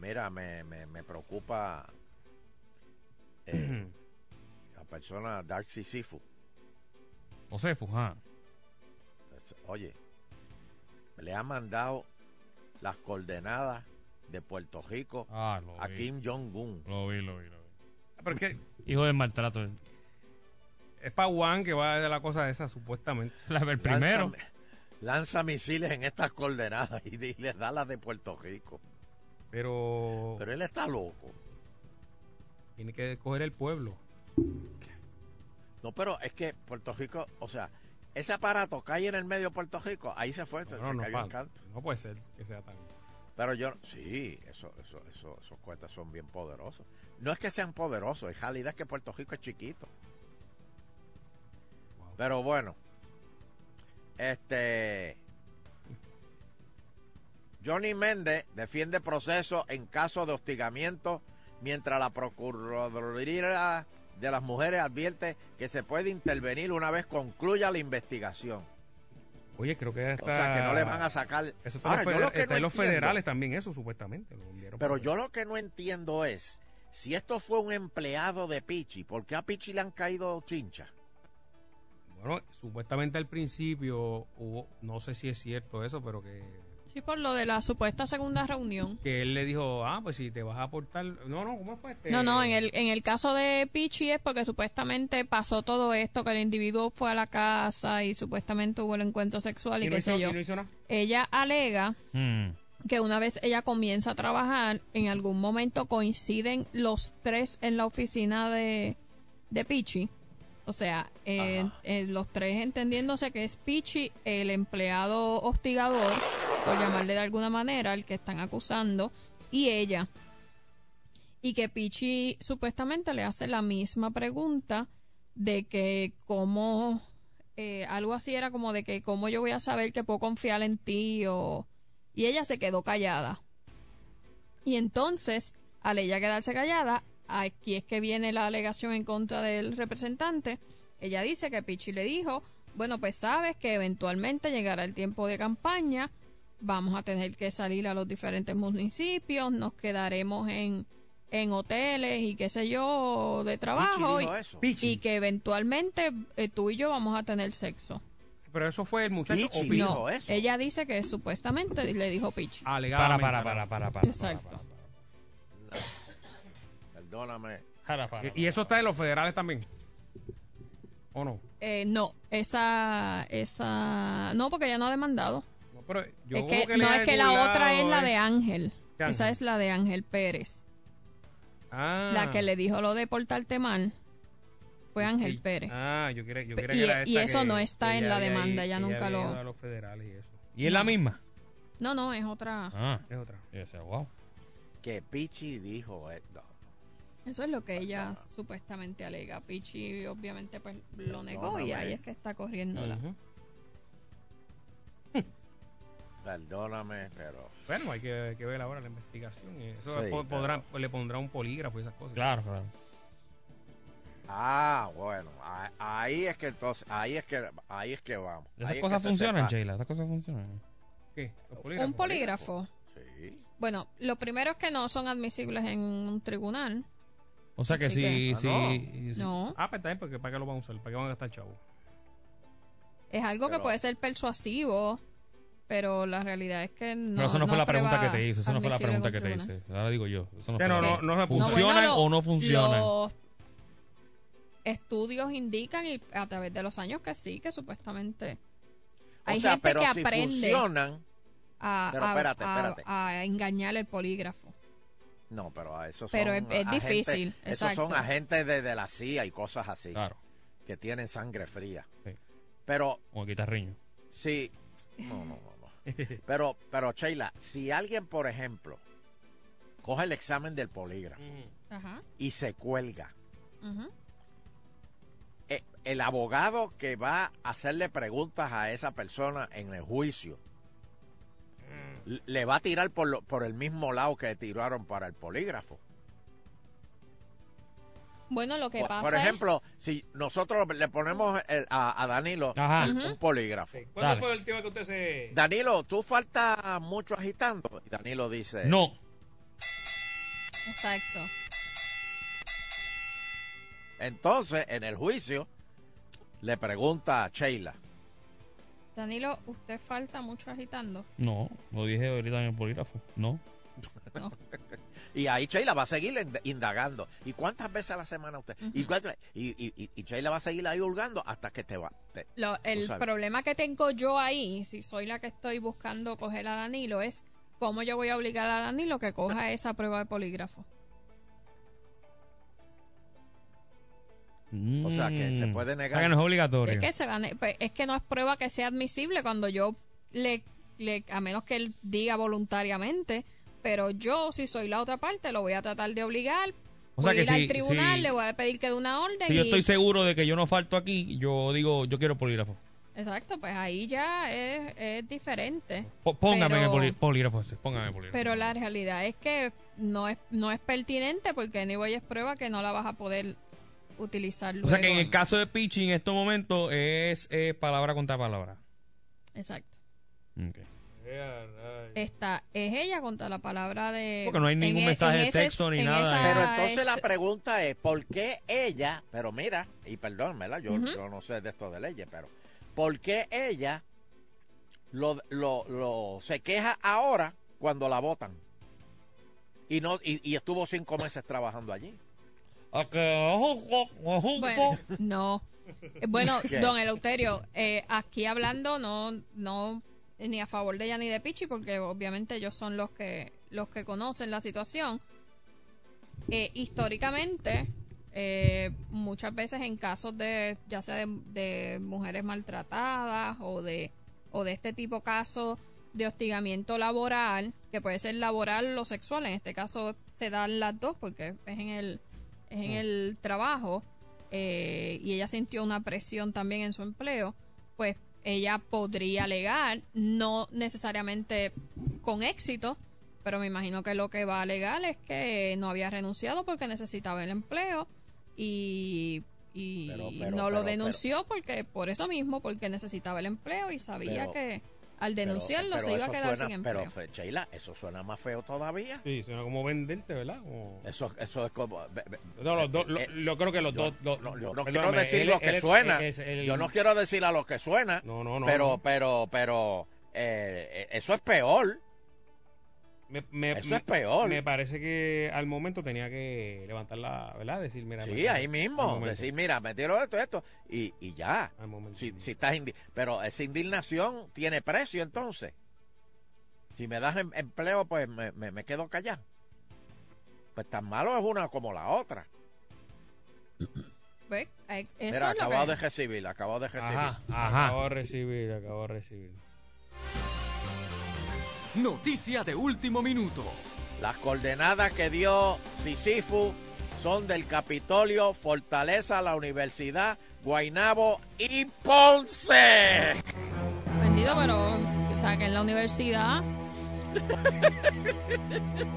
Speaker 2: Mira, me, me, me preocupa eh, la persona Darcy Sifu.
Speaker 3: Josefus, ajá.
Speaker 2: Es- Oye, le ha mandado las coordenadas de Puerto Rico
Speaker 3: Ah, lo
Speaker 2: a
Speaker 3: vi.
Speaker 2: Kim Jong-un.
Speaker 3: Lo vi, lo vi, lo vi.
Speaker 5: Pero es que
Speaker 3: Hijo del maltrato. [laughs] el-
Speaker 5: es para Juan que va a hacer la cosa esa, supuestamente.
Speaker 3: la- El primero.
Speaker 2: Lanza, lanza misiles en estas coordenadas y, di- les da las de Puerto Rico.
Speaker 9: Pero,
Speaker 2: Pero él está loco.
Speaker 9: tiene que coger el pueblo.
Speaker 2: No, pero es que Puerto Rico, o sea, ese aparato cae en el medio de Puerto Rico, ahí se fue, se,
Speaker 9: No, no,
Speaker 2: se
Speaker 9: no,
Speaker 2: cayó
Speaker 9: pa-
Speaker 2: en canto.
Speaker 9: no puede ser que sea tan.
Speaker 2: Pero yo, sí, eso, eso, eso, esos cohetes son bien poderosos. No es que sean poderosos, es realidad es que Puerto Rico es chiquito.
Speaker 9: Wow.
Speaker 2: Pero bueno, este. Johnny Méndez defiende proceso en caso de hostigamiento, mientras la Procuraduría de las Mujeres advierte que se puede intervenir una vez concluya la investigación.
Speaker 9: Oye, creo que está.
Speaker 2: O sea, que no le van a sacar.
Speaker 9: Ah. Eso está, en los
Speaker 2: Ahora,
Speaker 9: feder- este
Speaker 2: yo lo que
Speaker 9: está
Speaker 2: no
Speaker 9: en los
Speaker 2: entiendo-
Speaker 9: federales también, eso supuestamente. lo enviaron
Speaker 2: Pero
Speaker 9: por-
Speaker 2: yo lo que no entiendo es, si esto fue un empleado de Pichi, ¿por qué a Pichi le han caído chinchas?
Speaker 9: Bueno, supuestamente al principio hubo. No sé si es cierto eso, pero que.
Speaker 4: Sí, por lo de la supuesta segunda reunión.
Speaker 9: Que él le dijo, ah, pues si te vas a aportar. No, no, ¿cómo fue este?
Speaker 4: No, no, en el, en el caso de Pichi es porque supuestamente pasó todo esto, que el individuo fue a la casa y supuestamente hubo el encuentro sexual y,
Speaker 9: Y no
Speaker 4: qué
Speaker 9: hizo,
Speaker 4: sé yo.
Speaker 9: y no hizo nada.
Speaker 4: Ella alega
Speaker 3: Hmm.
Speaker 4: que una vez ella comienza a trabajar, en algún momento coinciden los tres en la oficina de, de Pichi. O sea, eh,
Speaker 2: Ajá.
Speaker 4: eh, los tres entendiéndose que es Pichi el empleado hostigador, por llamarle de alguna manera, el que están acusando, y ella. Y que Pichi supuestamente le hace la misma pregunta de que cómo, eh, algo así era como de que cómo yo voy a saber que puedo confiar en ti o... Y ella se quedó callada. Y entonces, al ella quedarse callada, aquí es que viene la alegación en contra del representante. Ella dice que Pichi le dijo, bueno, pues sabes que eventualmente llegará el tiempo de campaña, vamos a tener que salir a los diferentes municipios, nos quedaremos en, en hoteles y qué sé yo, de trabajo.
Speaker 2: Pichi
Speaker 4: y-
Speaker 2: dijo eso.
Speaker 4: y que eventualmente eh, tú y yo vamos a tener sexo.
Speaker 9: Pero eso fue el muchacho.
Speaker 2: Pichi.
Speaker 9: o Pichi.
Speaker 2: Dijo
Speaker 4: no,
Speaker 2: eso.
Speaker 4: ella dice que supuestamente le dijo Pichi.
Speaker 5: Ah,
Speaker 9: Alegadamente.
Speaker 3: Para, para, para, para, para.
Speaker 4: Exacto.
Speaker 2: Perdóname.
Speaker 3: Para, para,
Speaker 9: Y y eso está en los federales también. ¿O no?
Speaker 4: Eh, no, esa, esa, no, porque ella no ha demandado.
Speaker 9: No, pero yo
Speaker 4: es
Speaker 9: como
Speaker 4: que,
Speaker 9: leí
Speaker 4: no
Speaker 9: en
Speaker 4: es que la
Speaker 9: algún
Speaker 4: otra
Speaker 9: lado
Speaker 4: es la de Ángel.
Speaker 9: ¿Qué Ángel?
Speaker 4: Esa es la de Ángel Pérez.
Speaker 9: Ah.
Speaker 4: La que le dijo lo de portarte mal fue Ángel
Speaker 9: Y-
Speaker 4: Pérez.
Speaker 9: Ah, yo quería, yo
Speaker 4: Pe-
Speaker 9: quería
Speaker 4: y- e-
Speaker 9: que era
Speaker 4: y
Speaker 9: esta
Speaker 4: eso
Speaker 9: que-
Speaker 4: no está
Speaker 9: que
Speaker 4: en la
Speaker 9: había
Speaker 4: demanda,
Speaker 9: ido-
Speaker 4: ya
Speaker 9: que
Speaker 4: nunca
Speaker 9: había
Speaker 4: lo-
Speaker 9: ido a los federales y eso.
Speaker 3: ¿Y es la misma?
Speaker 4: No, no, es otra.
Speaker 3: Ah,
Speaker 9: Es otra.
Speaker 3: yo decía, wow.
Speaker 2: Que Pichi dijo eh, no,
Speaker 4: Eso es lo que ella supuestamente alega. Pichi obviamente pues lo negó y
Speaker 2: Perdóname.
Speaker 4: ahí es que está corriendo la...
Speaker 9: Ujú.
Speaker 2: perdóname, pero
Speaker 9: Bueno, hay que, hay que ver ahora la investigación. y Eso
Speaker 2: Sí,
Speaker 9: po- podrá-
Speaker 2: claro.
Speaker 9: le pondrá un polígrafo y esas cosas.
Speaker 3: Claro, claro.
Speaker 2: ah, bueno, a- ahí es que entonces, ahí es que ahí es que vamos.
Speaker 3: Esas
Speaker 2: Ahí es
Speaker 3: cosas
Speaker 2: que se
Speaker 3: funcionan,
Speaker 2: separa.
Speaker 3: Sheila. Esas cosas funcionan.
Speaker 9: ¿Qué? ¿Los
Speaker 4: Un
Speaker 5: ¿eh?
Speaker 9: polígrafos?
Speaker 4: polígrafo.
Speaker 2: Sí.
Speaker 4: Bueno, lo primero es que no son admisibles en un tribunal.
Speaker 3: O sea que
Speaker 4: Así
Speaker 3: si.
Speaker 4: que-
Speaker 2: Ah,
Speaker 3: si,
Speaker 2: no.
Speaker 3: si-
Speaker 4: No.
Speaker 9: Ah, pues también, porque ¿para qué lo van a usar? ¿Para qué van a gastar chavo?
Speaker 4: Es algo
Speaker 2: Pero-
Speaker 4: que puede ser persuasivo, pero la realidad es que no.
Speaker 3: Pero eso no, fue la pregunta que
Speaker 4: prueba
Speaker 3: te hice. Eso no fue la
Speaker 4: admisible en
Speaker 3: pregunta
Speaker 4: un
Speaker 3: que te
Speaker 4: tribunal.
Speaker 3: hice. Ahora digo yo. Eso no
Speaker 9: Pero
Speaker 3: fue la
Speaker 9: no-
Speaker 3: pregunta.
Speaker 9: no la puse.
Speaker 3: ¿Funcionan
Speaker 4: bueno, lo-
Speaker 3: o no funcionan?
Speaker 4: Los estudios indican y a través de los años que sí, que supuestamente
Speaker 2: O
Speaker 4: hay
Speaker 2: sea,
Speaker 4: gente
Speaker 2: pero
Speaker 4: que
Speaker 2: si
Speaker 4: aprende
Speaker 2: funcionan,
Speaker 4: a,
Speaker 2: Pero
Speaker 4: a-
Speaker 2: espérate,
Speaker 4: a-
Speaker 2: espérate.
Speaker 4: a engañar el polígrafo.
Speaker 2: no, pero a esos
Speaker 4: Pero
Speaker 2: son
Speaker 4: es- es
Speaker 2: agentes-
Speaker 4: difícil,
Speaker 2: Esos son
Speaker 4: exacto.
Speaker 2: agentes de, de la CIA y cosas así
Speaker 3: Claro.
Speaker 2: que tienen sangre fría.
Speaker 3: Sí.
Speaker 2: Pero
Speaker 3: O el guitarriño.
Speaker 2: Sí. No, no, no, no. Pero, pero Sheila, si alguien, por ejemplo, coge el examen del polígrafo
Speaker 4: Ajá.
Speaker 2: y se cuelga,
Speaker 4: ujú.
Speaker 2: eh, el abogado que va a hacerle preguntas a esa persona en el juicio, l- le va a tirar por, lo- por el mismo lado que tiraron para el polígrafo.
Speaker 4: Bueno, lo que
Speaker 2: Por,
Speaker 4: pasa
Speaker 2: por ejemplo, si nosotros le ponemos el- a, a Danilo
Speaker 3: Ajá.
Speaker 4: Ujú.
Speaker 2: un polígrafo.
Speaker 3: ¿Cuándo Dale.
Speaker 9: fue el tema que usted se...?
Speaker 2: Danilo, tú falta mucho agitando. Y Danilo dice...
Speaker 3: No.
Speaker 4: es... Exacto.
Speaker 2: Entonces, en el juicio, le pregunta a Sheila.
Speaker 4: Danilo, usted falta mucho agitando.
Speaker 3: No. Lo dije ahorita en el polígrafo. No.
Speaker 4: No.
Speaker 2: Y ahí Sheila va a seguir ind- indagando. ¿Y cuántas veces a la semana usted? ¿Y, cuántas- y, y- y- y Sheila va a seguir ahí hurgando hasta que te va. te-
Speaker 4: Lo- el
Speaker 2: sabes.
Speaker 4: problema que tengo yo ahí, si soy la que estoy buscando coger a Danilo, es ¿Cómo yo voy a obligar a Dani lo que coja esa prueba de polígrafo?
Speaker 2: O sea, que se puede
Speaker 3: Mm. O sea,
Speaker 2: negar.
Speaker 3: que no es obligatorio.
Speaker 4: Es que, se van- pues, es que no es prueba que sea admisible cuando yo le, le- a menos que él diga voluntariamente, pero yo si soy la otra parte lo voy a tratar de obligar.
Speaker 3: O sea
Speaker 4: voy
Speaker 3: que
Speaker 4: a ir
Speaker 3: si-
Speaker 4: al tribunal,
Speaker 3: si-
Speaker 4: le voy a pedir que dé una orden.
Speaker 3: Si yo
Speaker 4: y-
Speaker 3: estoy seguro de que yo no falto aquí, yo digo, yo quiero polígrafo.
Speaker 4: Exacto, pues ahí ya es, es diferente.
Speaker 3: Po- póngame
Speaker 4: Pero-
Speaker 3: en el poli- polígrafo, ese, póngame en el polígrafo.
Speaker 4: Pero la realidad es que no es, no es pertinente porque anyway es prueba que no la vas a poder utilizar luego.
Speaker 3: o sea que en
Speaker 4: en-
Speaker 3: el caso de Pichi en estos momentos es eh, palabra contra palabra.
Speaker 4: Exacto.
Speaker 3: Ok.
Speaker 4: Esta es ella contra la palabra de...
Speaker 3: Porque no hay ningún
Speaker 4: e-
Speaker 3: mensaje de
Speaker 4: ese-
Speaker 3: texto ni
Speaker 4: en
Speaker 3: nada,
Speaker 4: esa-
Speaker 3: eh.
Speaker 2: Pero entonces
Speaker 4: es-
Speaker 2: la pregunta es, ¿por qué ella, pero mira, y perdón, ¿verdad? Yo,
Speaker 4: Ujú.
Speaker 2: yo no sé de esto de leyes, pero ¿por qué ella lo, lo- lo- se queja ahora cuando la votan? Y, no, y, y estuvo cinco meses trabajando allí.
Speaker 4: Bueno, no. Eh, Bueno,
Speaker 2: ¿Qué?
Speaker 4: don Eleuterio, eh, aquí hablando no, no ni a favor de ella ni de Pichi, porque obviamente ellos son los que, los que conocen la situación. Eh, históricamente, eh, muchas veces en casos de, ya sea de, de mujeres maltratadas o de, o de este tipo de casos de hostigamiento laboral, que puede ser laboral o sexual, en este caso se dan las dos porque es en el, es en el trabajo eh, y ella sintió una presión también en su empleo, pues ella podría alegar, no necesariamente con éxito, pero me imagino que lo que va a alegar es que no había renunciado porque necesitaba el empleo y, y
Speaker 2: Pero- pero-
Speaker 4: no
Speaker 2: pero-
Speaker 4: lo denunció porque por eso mismo, porque necesitaba el empleo y sabía
Speaker 2: Pero-
Speaker 4: que al
Speaker 2: Pero-
Speaker 4: denunciarlo
Speaker 2: pero
Speaker 4: se iba a
Speaker 2: eso
Speaker 4: quedar
Speaker 2: suena-
Speaker 4: sin empleo.
Speaker 2: Pero, Fe- Sheila, eso suena más feo todavía.
Speaker 5: Sí, suena como venderse, ¿verdad? Como-
Speaker 2: Eso, eso es como... be- be-
Speaker 5: No, los dos, lo-
Speaker 2: eh,
Speaker 5: yo creo que los
Speaker 2: yo,
Speaker 5: dos. los-
Speaker 2: no, yo no quiero
Speaker 5: perdóname,
Speaker 2: decir
Speaker 5: él-
Speaker 2: lo que
Speaker 5: él-
Speaker 2: suena.
Speaker 5: es el-
Speaker 2: yo no quiero decir a lo que suena.
Speaker 5: No, no, no.
Speaker 2: pero,
Speaker 5: no.
Speaker 2: pero, pero, eh, eh, eso es peor.
Speaker 5: Me- me-
Speaker 2: Eso es peor.
Speaker 5: Me parece que al momento tenía que levantar la. ¿Verdad? Decir, mira.
Speaker 2: sí,
Speaker 5: mira,
Speaker 2: ahí
Speaker 5: al
Speaker 2: mismo.
Speaker 5: momento,
Speaker 2: Decir, mira, me tiro esto, esto, y, y ya.
Speaker 5: al momento.
Speaker 2: Si, si estás indi- pero esa indignación tiene precio entonces. Si me das em- empleo, pues me, me- me quedo callado. Pues tan malo es una como la otra.
Speaker 4: ¿Ves? Eh, Eso
Speaker 2: Mira,
Speaker 4: es lo
Speaker 2: acabado
Speaker 4: que-
Speaker 2: de recibir, acabado de recibir.
Speaker 3: Ajá,
Speaker 5: Acabo
Speaker 3: ajá.
Speaker 5: de recibir, acabo de recibir.
Speaker 10: Noticia de último minuto.
Speaker 2: Las coordenadas que dio Sisifu son del Capitolio, Fortaleza, la Universidad, Guainabo y Ponce.
Speaker 4: [laughs] Bendito, pero o sea, que en la universidad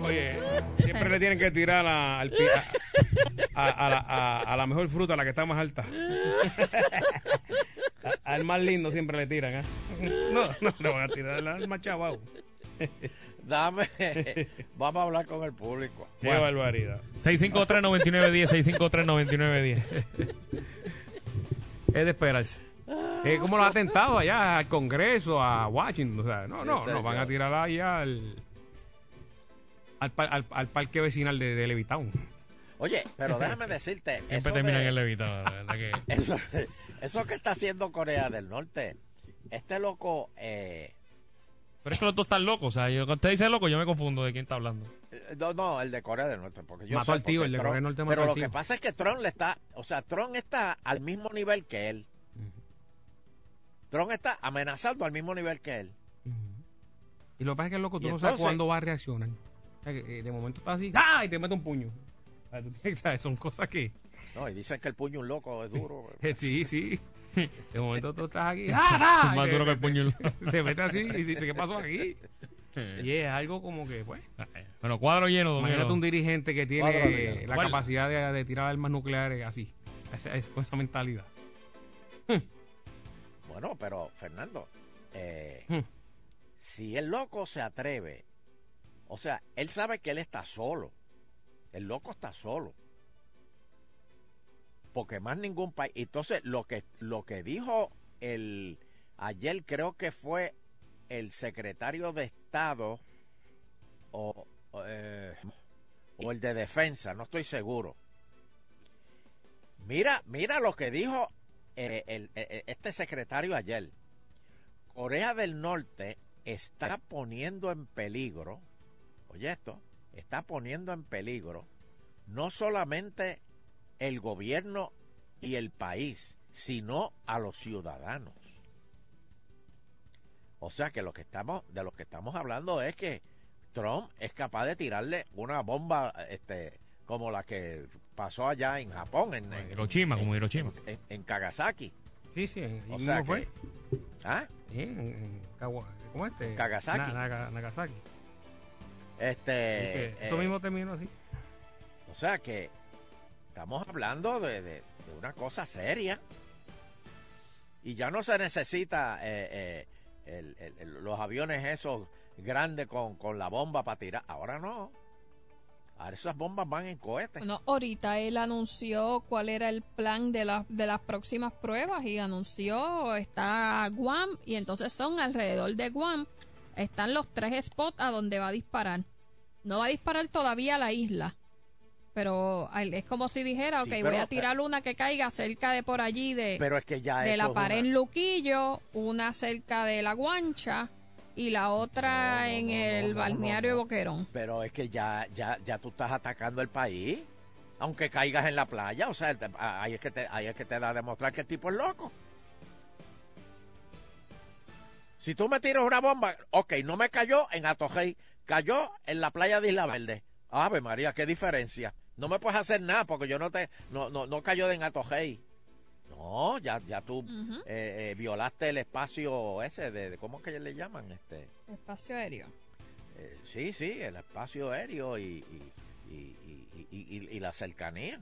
Speaker 5: Oye, siempre le tienen que tirar a, al pi- a- a- a la, a- a la mejor fruta, a la que está más [laughs] alta. A- al más lindo siempre le tiran, ¿eh? No, no, le van a tirar al más chavao.
Speaker 2: Dame, vamos a hablar con el público.
Speaker 5: Qué barbaridad.
Speaker 2: [laughs]
Speaker 3: 653-9910, 653-9910.
Speaker 5: Es de esperarse. Eh, Es como los atentados allá al Congreso, a Washington. O sea, no, no,
Speaker 2: Sí,
Speaker 5: no, van a
Speaker 2: señor.
Speaker 5: tirar ahí al. Al, par- al- al parque vecinal de, de Levitown.
Speaker 2: Oye, pero déjame
Speaker 4: [laughs]
Speaker 2: decirte.
Speaker 3: Siempre
Speaker 2: eso
Speaker 3: terminan
Speaker 2: de-
Speaker 3: en levitado, la verdad que...
Speaker 2: eso, eso que está haciendo Corea del Norte. Este loco, eh,
Speaker 3: Pero es que los dos están locos, o sea, yo, cuando usted dice loco, yo me confundo de quién está hablando.
Speaker 2: No, no, el de Corea del Norte. Porque yo sé
Speaker 5: Mató al tío,
Speaker 2: porque
Speaker 5: el de
Speaker 2: Trump-
Speaker 5: Corea del Norte mató
Speaker 2: Pero
Speaker 5: al
Speaker 2: lo
Speaker 5: tío.
Speaker 2: que pasa es que Trump le está. O sea, Trump está al mismo nivel que él. Trump está amenazando al mismo nivel que él.
Speaker 5: Y lo que pasa es que el loco, tú
Speaker 2: Y
Speaker 5: no sabes
Speaker 2: entonces-
Speaker 5: cuándo va a reaccionar. O sea, que, eh, de momento está así, ¡ah! Y te mete un puño. O sea, tú tienes que saber, Son cosas que. [laughs]
Speaker 2: No, y dicen que el puño un loco es duro.
Speaker 5: eh, Sí, sí. De momento tú
Speaker 2: [laughs]
Speaker 5: estás aquí, ¡ah! ah!
Speaker 3: Más
Speaker 5: Y
Speaker 3: duro que
Speaker 5: te-
Speaker 3: el puño. [laughs]
Speaker 5: Te, te mete así y dice, ¿qué pasó aquí? Y es algo como que, pues.
Speaker 3: Bueno, cuadro lleno, don
Speaker 5: Imagínate
Speaker 3: Elo.
Speaker 5: un dirigente que tiene
Speaker 2: Cuadro de guerra.
Speaker 5: la
Speaker 3: ¿Cuál?
Speaker 5: capacidad de, de tirar armas nucleares así, esa- es- con esa mentalidad.
Speaker 2: Bueno, pero Fernando, eh,
Speaker 5: Hmm.
Speaker 2: si el loco se atreve, o sea, él sabe que él está solo. El loco está solo. Porque más ningún país. Entonces, lo que, lo que dijo el ayer creo que fue el secretario de Estado o, o, eh, o el de Defensa, no estoy seguro. Mira, mira lo que dijo eh, el- eh, eh, este secretario ayer. Corea del Norte está poniendo en peligro, oye esto, está poniendo en peligro no solamente el gobierno y el país, sino a los ciudadanos. O sea que lo que estamos, de lo que estamos hablando es que Trump es capaz de tirarle una bomba este, como la que pasó allá en Japón, en, en-
Speaker 3: Hiroshima, como Hiroshima.
Speaker 2: en- en Nagasaki.
Speaker 5: Sí, sí. ¿Y
Speaker 2: O
Speaker 5: no
Speaker 2: sea que-
Speaker 5: fue?
Speaker 2: ¿Ah?
Speaker 5: Sí, en, en Kawa- ¿Cómo este?
Speaker 2: Nagasaki.
Speaker 5: Naga- Nagasaki.
Speaker 2: Este,
Speaker 5: Es que eso
Speaker 2: eh,
Speaker 5: mismo terminó así.
Speaker 2: O sea que estamos hablando de, de- de una cosa seria. Y ya no se necesita eh, eh, el- el- el- los aviones esos grandes con, con la bomba para tirar. Ahora no. Ahora esas bombas van en cohetes.
Speaker 4: Bueno, ahorita él anunció cuál era el plan de, las de las próximas pruebas y anunció, está Guam y entonces son alrededor de Guam, están los tres spots a donde va a disparar. No va a disparar todavía a la isla, pero al- es como si dijera, ok,
Speaker 2: Sí, pero-
Speaker 4: voy a tirar una que caiga cerca de por allí de,
Speaker 2: Pero es que ya
Speaker 4: eh, de
Speaker 2: eso
Speaker 4: la
Speaker 2: es
Speaker 4: pared
Speaker 2: una-
Speaker 4: en Luquillo, una cerca de la Guancha y la otra
Speaker 2: No, no,
Speaker 4: en
Speaker 2: no,
Speaker 4: el
Speaker 2: no, no,
Speaker 4: balneario
Speaker 2: no, no.
Speaker 4: de Boquerón.
Speaker 2: Pero es que ya, ya, ya tú estás atacando el país, aunque caigas en la playa. O sea, el- a- ahí es que te, ahí es que te da a demostrar que el tipo es loco. Si tú me tiras una bomba, ok, no me cayó en Atojei, cayó en la playa de Isla Verde. Ave María, qué diferencia. No me puedes hacer nada porque yo no te, no, no, no cayó en Atojei. No, ya, ya tú
Speaker 4: Ujú.
Speaker 2: eh, eh, violaste el espacio ese de, de- ¿cómo es que le llaman? Este,
Speaker 4: Espacio aéreo.
Speaker 2: eh, sí, sí, el espacio aéreo y, y- y- y- y- y- y la cercanía.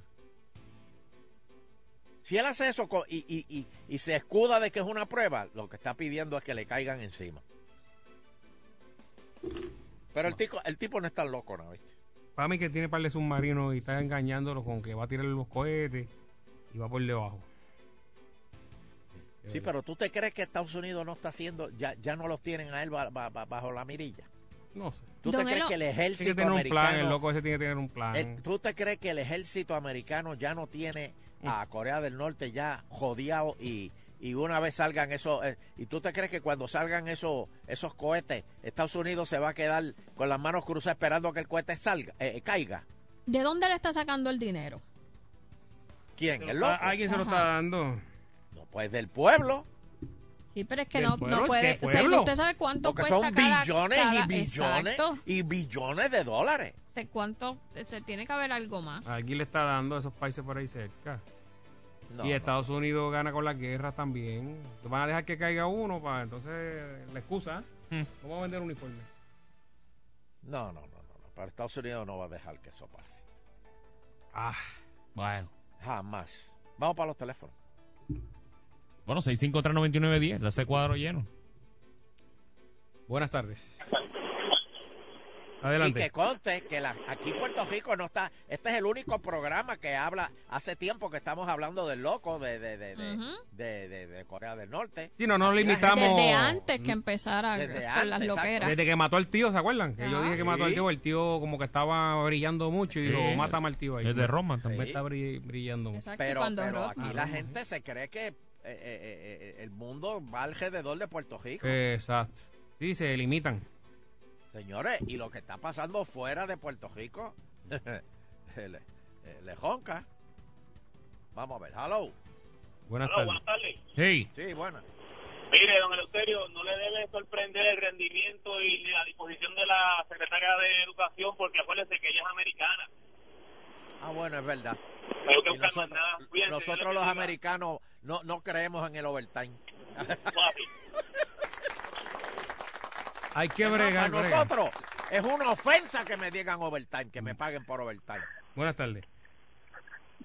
Speaker 2: Si él hace eso co- y, y- y- y se escuda de que es una prueba, lo que está pidiendo es que le caigan encima. Pero el tipo, el tipo no es tan loco, ¿no? ¿Viste?
Speaker 5: Para mí que tiene par de submarinos y está engañándolo con que va a tirar los cohetes y va por debajo.
Speaker 2: Sí, pero tú te crees que Estados Unidos no está haciendo, ya, ya no los tienen a él ba- ba- ba- bajo la mirilla.
Speaker 5: No sé.
Speaker 2: ¿Tú
Speaker 4: Don
Speaker 2: te crees
Speaker 4: Elo-
Speaker 2: que el
Speaker 5: Tiene que
Speaker 2: ejército
Speaker 5: tener un plan, el
Speaker 2: americano-
Speaker 5: loco ese tiene que tener un plan.
Speaker 2: El- Eh, ¿Tú te crees que el ejército americano ya no tiene a
Speaker 5: Mm.
Speaker 2: Corea del Norte ya jodeado y, y una vez salgan esos... eh, ¿Y tú te crees que cuando salgan esos, esos cohetes, Estados Unidos se va a quedar con las manos cruzadas esperando que el cohete salga, eh, eh, caiga?
Speaker 4: ¿De dónde le está sacando el dinero?
Speaker 2: ¿Quién? ¿El loco?
Speaker 5: Ah, Alguien se lo
Speaker 4: Ajá.
Speaker 5: está dando.
Speaker 2: No, pues del pueblo.
Speaker 4: Sí, pero es que
Speaker 5: ¿Del
Speaker 4: no,
Speaker 5: pueblo?
Speaker 4: no
Speaker 5: ¿Es
Speaker 4: puede.
Speaker 5: que
Speaker 4: o sea,
Speaker 5: pueblo?
Speaker 4: usted sabe cuánto
Speaker 2: Porque
Speaker 4: cuesta
Speaker 2: son
Speaker 4: cada-
Speaker 2: billones
Speaker 4: cada-
Speaker 2: y billones
Speaker 4: Exacto.
Speaker 2: y billones de dólares.
Speaker 4: O sea, cuánto. Se tiene que haber algo más.
Speaker 5: Alguien le está dando a esos países por ahí cerca.
Speaker 2: No,
Speaker 5: y
Speaker 2: no.
Speaker 5: Estados Unidos gana con las guerras también. Van a dejar que caiga uno para entonces la excusa. ¿eh?
Speaker 3: Hmm.
Speaker 4: Mm.
Speaker 5: Vamos a vender uniforme.
Speaker 2: No, no, no, no, no. Pero Estados Unidos no va a dejar que eso pase.
Speaker 5: Ah,
Speaker 3: Bueno.
Speaker 2: Jamás. Vamos para los teléfonos.
Speaker 3: Bueno, 6539910, ya ese cuadro lleno.
Speaker 5: buenas tardes.
Speaker 2: Y
Speaker 5: Adelante.
Speaker 2: que conste que la- aquí Puerto Rico no está. Este es el único programa que habla. Hace tiempo que estamos hablando del loco de, de, de, de,
Speaker 4: Ujú.
Speaker 2: de- de- de Corea del Norte.
Speaker 5: Sí, no, no
Speaker 2: Aquí la
Speaker 5: limitamos.
Speaker 4: Desde antes que empezara
Speaker 2: Desde
Speaker 4: con
Speaker 2: antes,
Speaker 4: las
Speaker 2: exacto.
Speaker 4: loqueras.
Speaker 5: Desde que mató al tío, ¿se acuerdan? Que yo
Speaker 4: Ah.
Speaker 5: dije que mató al
Speaker 2: Sí.
Speaker 5: tío, el tío como que estaba brillando mucho y dijo,
Speaker 3: Sí.
Speaker 5: mátame al tío ahí.
Speaker 3: El de Roma
Speaker 5: Me
Speaker 3: también.
Speaker 5: está bri- brillando mucho.
Speaker 4: Exacto,
Speaker 2: Pero,
Speaker 4: cuando
Speaker 2: pero
Speaker 4: Ro-
Speaker 2: aquí la gente se cree que eh, eh, eh, eh, el mundo va alrededor de Puerto Rico.
Speaker 5: Eh. Exacto. Sí, se limitan.
Speaker 2: Señores, y lo que está pasando fuera de Puerto Rico [laughs] le, eh, le jonca. Vamos a ver. Hello.
Speaker 5: Buenas tardes.
Speaker 3: Hey,
Speaker 2: Sí, bueno.
Speaker 11: Mire, don Eleuterio, no le debe sorprender el rendimiento y la disposición de la secretaria de Educación, porque acuérdese que ella es americana.
Speaker 2: Ah, bueno, es verdad.
Speaker 11: Pero que
Speaker 2: Y
Speaker 11: buscar más
Speaker 2: nosotros,
Speaker 11: nada. Cuídense, Dios
Speaker 2: nosotros
Speaker 11: les
Speaker 2: los
Speaker 11: bendiga.
Speaker 2: americanos no, no creemos en el overtime.
Speaker 11: Guapi.
Speaker 5: Hay que
Speaker 2: Es más,
Speaker 5: bregar,
Speaker 2: para
Speaker 5: bregar.
Speaker 2: nosotros es una ofensa que me digan overtime, que me paguen por overtime.
Speaker 5: Buenas tardes.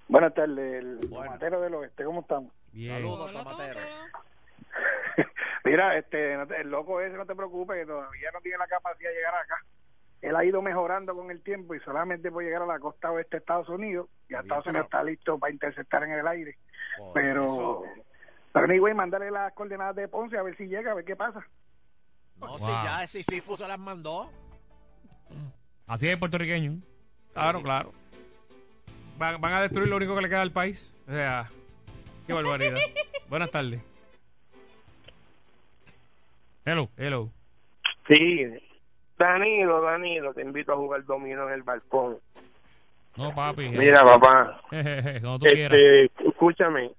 Speaker 12: Buenas tardes, el
Speaker 2: Bueno.
Speaker 12: matero del oeste, ¿cómo estamos?
Speaker 5: Bien.
Speaker 2: Saludos.
Speaker 4: Hola,
Speaker 2: tomatero.
Speaker 4: tomatero.
Speaker 12: Mira, este, no te- el loco ese, no te preocupes, que todavía no tiene la capacidad de llegar acá. Él ha ido mejorando con el tiempo y solamente puede llegar a la costa oeste de Estados Unidos. Ya
Speaker 2: Está bien,
Speaker 12: Estados
Speaker 2: pero-
Speaker 12: Unidos está listo para interceptar en el aire.
Speaker 2: Por
Speaker 12: Pero,
Speaker 2: eso,
Speaker 12: pero anyway, mandarle las coordenadas de Ponce a ver si llega, a ver qué pasa.
Speaker 2: no,
Speaker 3: Wow.
Speaker 2: si ya ese Sisyphus se las mandó.
Speaker 3: así es puertorriqueño.
Speaker 5: Claro, claro. Van, van a destruir lo único que le queda al país. O sea, qué barbaridad. Buenas tardes.
Speaker 3: Hello.
Speaker 5: Hello.
Speaker 13: Sí. Danilo, Danilo, te invito a jugar dominó en el balcón.
Speaker 3: No, papi.
Speaker 13: [laughs] Mira, papá.
Speaker 3: [laughs] Cuando tú quieras.
Speaker 13: Este, escúchame,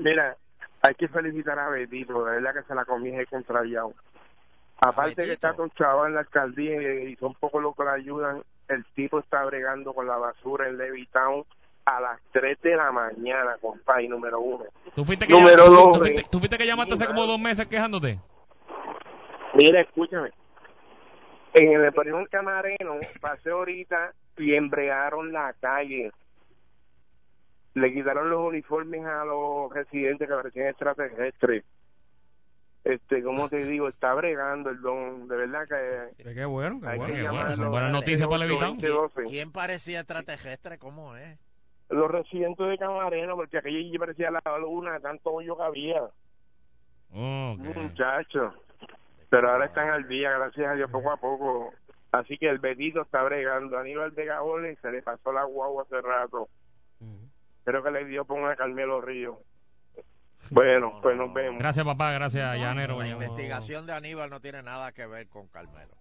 Speaker 13: mira, hay que felicitar a Betito, de verdad que se la comía contra Yao. Aparte que está con chaval en la alcaldía y, y son pocos los que le ayudan, el tipo está bregando con la basura en Levittown a las 3 de la mañana, compadre, número uno.
Speaker 3: ¿Tú fuiste que,
Speaker 13: número
Speaker 3: tú-
Speaker 13: dos,
Speaker 3: tú fuiste-
Speaker 13: eh.
Speaker 3: tú fuiste que llamaste hace como dos meses quejándote?
Speaker 13: Mira, escúchame. En el Perú Camareno pasé ahorita y embrearon la calle. Le quitaron los uniformes a los residentes que parecían extraterrestres. Este, como te digo, está bregando el don. De verdad que
Speaker 14: Qué bueno, qué
Speaker 13: Hay
Speaker 14: Ah, bueno.
Speaker 13: que llamarlo.
Speaker 14: Son buenas noticias para Levitown.
Speaker 2: ¿Quién, quién parecía extraterrestre? ¿Cómo es?
Speaker 13: los residentes de Camareno, porque aquello parecía la luna, tanto hoyo que había.
Speaker 3: Mm.
Speaker 13: Muchachos. Pero ahora están al día, gracias a Dios, poco a poco. Así que el Betito está bregando. Aníbal de Gaoles se le pasó la guagua hace rato.
Speaker 8: Mm.
Speaker 13: Creo que le dio por una Carmelo Río. Bueno, pues nos vemos.
Speaker 3: Gracias, papá. Gracias, Llanero.
Speaker 2: La investigación de Aníbal no tiene nada que ver con Carmelo.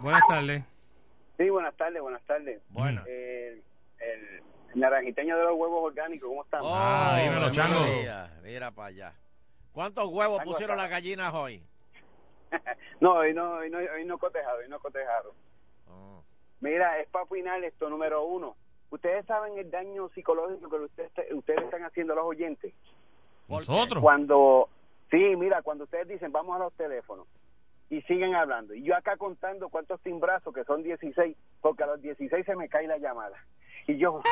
Speaker 3: Buenas tardes.
Speaker 8: Sí, buenas tardes, buenas tardes.
Speaker 3: Bueno.
Speaker 13: Eh,
Speaker 8: El, el naranjiteño de los huevos orgánicos, ¿cómo están?
Speaker 2: Ah,
Speaker 3: dímelo,
Speaker 2: Ave
Speaker 3: Chango.
Speaker 2: María, Mira para allá. ¿Cuántos huevos
Speaker 8: Chango
Speaker 2: pusieron
Speaker 8: está-
Speaker 2: las gallinas hoy?
Speaker 8: [laughs] No, hoy no, hoy no, hoy no cotejado, hoy no cotejado.
Speaker 2: Oh,
Speaker 8: Mira, es para opinar esto, número uno. Ustedes saben el daño psicológico que ustedes, ustedes están haciendo a los oyentes.
Speaker 3: Nosotros.
Speaker 8: Cuando, sí, mira, cuando ustedes dicen vamos a los teléfonos y siguen hablando, y yo acá contando cuántos timbrazos, que son 16, porque a los 16 se me cae la llamada. Y yo,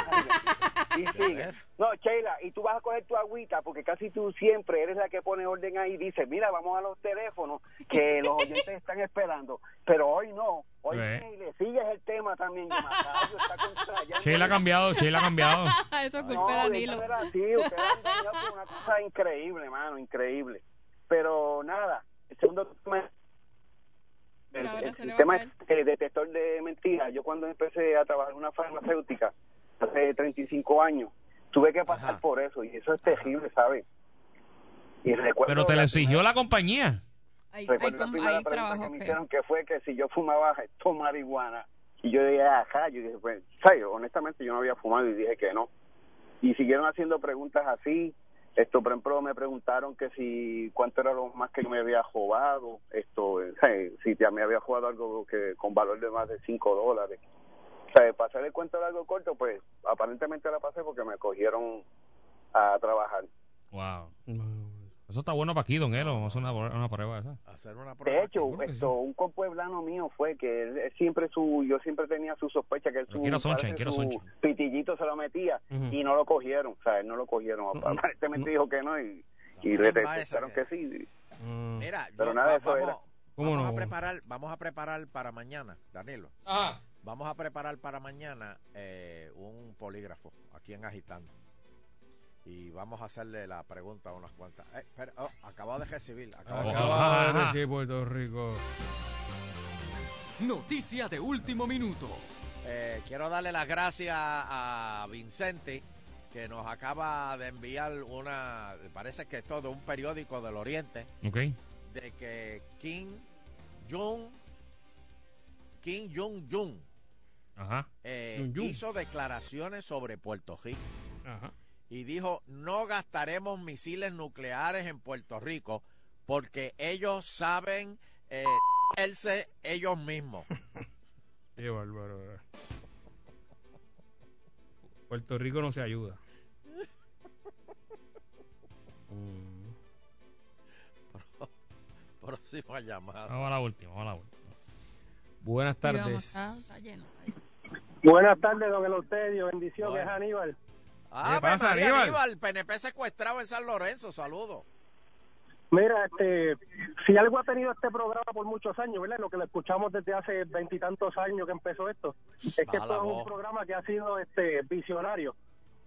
Speaker 8: y siguen. No, Sheila, y tú vas a coger tu agüita, Pues, porque casi tú siempre eres la que pone orden ahí y dices, mira, vamos a los teléfonos, que los oyentes están esperando. Pero hoy no, hoy
Speaker 3: Eh.
Speaker 8: sí, le sigues el tema también. que Macario está contra- ya-
Speaker 3: Sheila ha cambiado, Sheila ha
Speaker 13: [laughs]
Speaker 3: cambiado.
Speaker 4: [laughs] Eso es
Speaker 8: No,
Speaker 4: culpa de
Speaker 8: de
Speaker 4: Danilo.
Speaker 8: esta manera
Speaker 4: [laughs]
Speaker 8: sí, ustedes han dañado por una cosa increíble, mano, increíble. Pero nada, el segundo tema es el,
Speaker 4: Pero ahora
Speaker 8: el
Speaker 4: se le va
Speaker 8: sistema
Speaker 4: a caer.
Speaker 8: es el detector de mentiras. Yo cuando empecé a trabajar en una farmacéutica hace 35 años, tuve que pasar por eso y eso es terrible, ¿sabes? Y recuerdo
Speaker 3: Pero te
Speaker 8: la
Speaker 3: lo exigió la compañía.
Speaker 4: Hay, hay,
Speaker 8: Recuerdo la
Speaker 4: com-
Speaker 8: primera
Speaker 4: hay
Speaker 8: pregunta
Speaker 4: trabajo
Speaker 8: que me
Speaker 4: que-
Speaker 8: hicieron que fue que si yo fumaba [laughs] esto marihuana y yo dije ajá yo dije pues ¿sabes? honestamente yo no había fumado y dije que no y siguieron haciendo preguntas así esto por ejemplo me preguntaron que si cuánto era lo más que yo me había robado esto [laughs] eh, ¿sabes? si ya me había jugado algo que con valor de más de cinco dólares o sea, pasar el cuento largo corto pues aparentemente la pasé porque me cogieron a trabajar
Speaker 3: Wow. Eso está bueno para aquí, don Elo. Vamos a hacer una, una prueba esa.
Speaker 2: Hacer una
Speaker 8: De hecho, esto, un compueblano mío fue que él, él siempre su, yo siempre tenía su sospecha que él su,
Speaker 3: quiero sunshine,
Speaker 8: parece
Speaker 3: quiero
Speaker 8: su
Speaker 3: sunshine.
Speaker 8: pitillito se lo metía
Speaker 3: Ujú.
Speaker 8: y no lo cogieron, o sea, él no lo cogieron, aparentemente dijo que no y, y le
Speaker 2: caramba esa
Speaker 8: detectaron que sí,
Speaker 2: Mira,
Speaker 8: pero
Speaker 2: yo-
Speaker 8: nada
Speaker 2: va-
Speaker 8: de eso
Speaker 2: vamos,
Speaker 8: era.
Speaker 2: vamos a preparar, vamos a preparar para mañana, Danilo. Vamos a preparar para mañana eh, un polígrafo aquí en Agitando. Y vamos a hacerle la pregunta a unas cuantas. Eh, espera, oh, acabo de recibir. Acabo de
Speaker 5: Acaba de
Speaker 2: recibir.
Speaker 5: decir Puerto Rico.
Speaker 15: Noticia de último minuto.
Speaker 2: Eh, quiero darle las gracias a Vicente que nos acaba de enviar una, parece que es todo un periódico del Oriente,
Speaker 3: Ok.
Speaker 2: de que Kim Jong Kim Jong Un
Speaker 3: Ajá.
Speaker 2: eh,
Speaker 3: Jong-un.
Speaker 2: hizo declaraciones sobre Puerto Rico
Speaker 5: Ajá.
Speaker 2: y dijo no gastaremos misiles nucleares en Puerto Rico porque ellos saben eh, hacerse ellos mismos.
Speaker 5: Qué bárbaro. Puerto Rico no se ayuda.
Speaker 2: Próxima llamada.
Speaker 3: Vamos a la última, vamos a la última.
Speaker 5: Buenas
Speaker 4: Íbamos,
Speaker 5: tardes.
Speaker 4: está- está lleno, está [laughs] lleno.
Speaker 16: Buenas tardes, don Eloterio. Bendición,
Speaker 2: Bueno.
Speaker 16: que es Aníbal.
Speaker 2: Ah,
Speaker 16: ¿Qué pasa,
Speaker 2: María,
Speaker 16: Aníbal?
Speaker 2: Aníbal, PNP secuestrado en San Lorenzo, saludos.
Speaker 16: Mira, este, si algo ha tenido este programa por muchos años, ¿verdad? Lo que lo escuchamos desde hace veintitantos años que empezó esto, es que
Speaker 17: Baja la
Speaker 16: esto es un
Speaker 17: voz.
Speaker 16: programa que ha sido este visionario.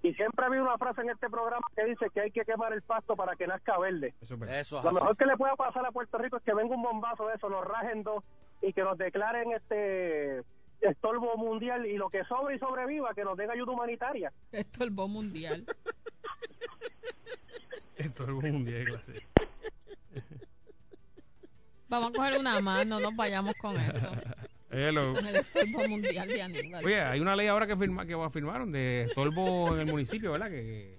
Speaker 16: Y siempre había una frase en este programa que dice que hay que quemar el pasto para que nazca verde.
Speaker 5: [laughs]
Speaker 2: Eso es
Speaker 16: Lo
Speaker 2: así.
Speaker 16: mejor que le pueda pasar a Puerto Rico es que venga un bombazo de eso, nos rajen dos y que nos declaren este estorbo mundial y lo que sobre y sobreviva, que nos den ayuda humanitaria.
Speaker 4: Estorbo mundial.
Speaker 5: Esto es un día de clase.
Speaker 4: Vamos a coger una más, no nos vayamos con eso.
Speaker 9: Hello.
Speaker 4: Con el estorbo mundial de Aníbal.
Speaker 5: Oye, hay una ley ahora que firma, que firmaron de estorbo en el municipio, ¿verdad? Que, que-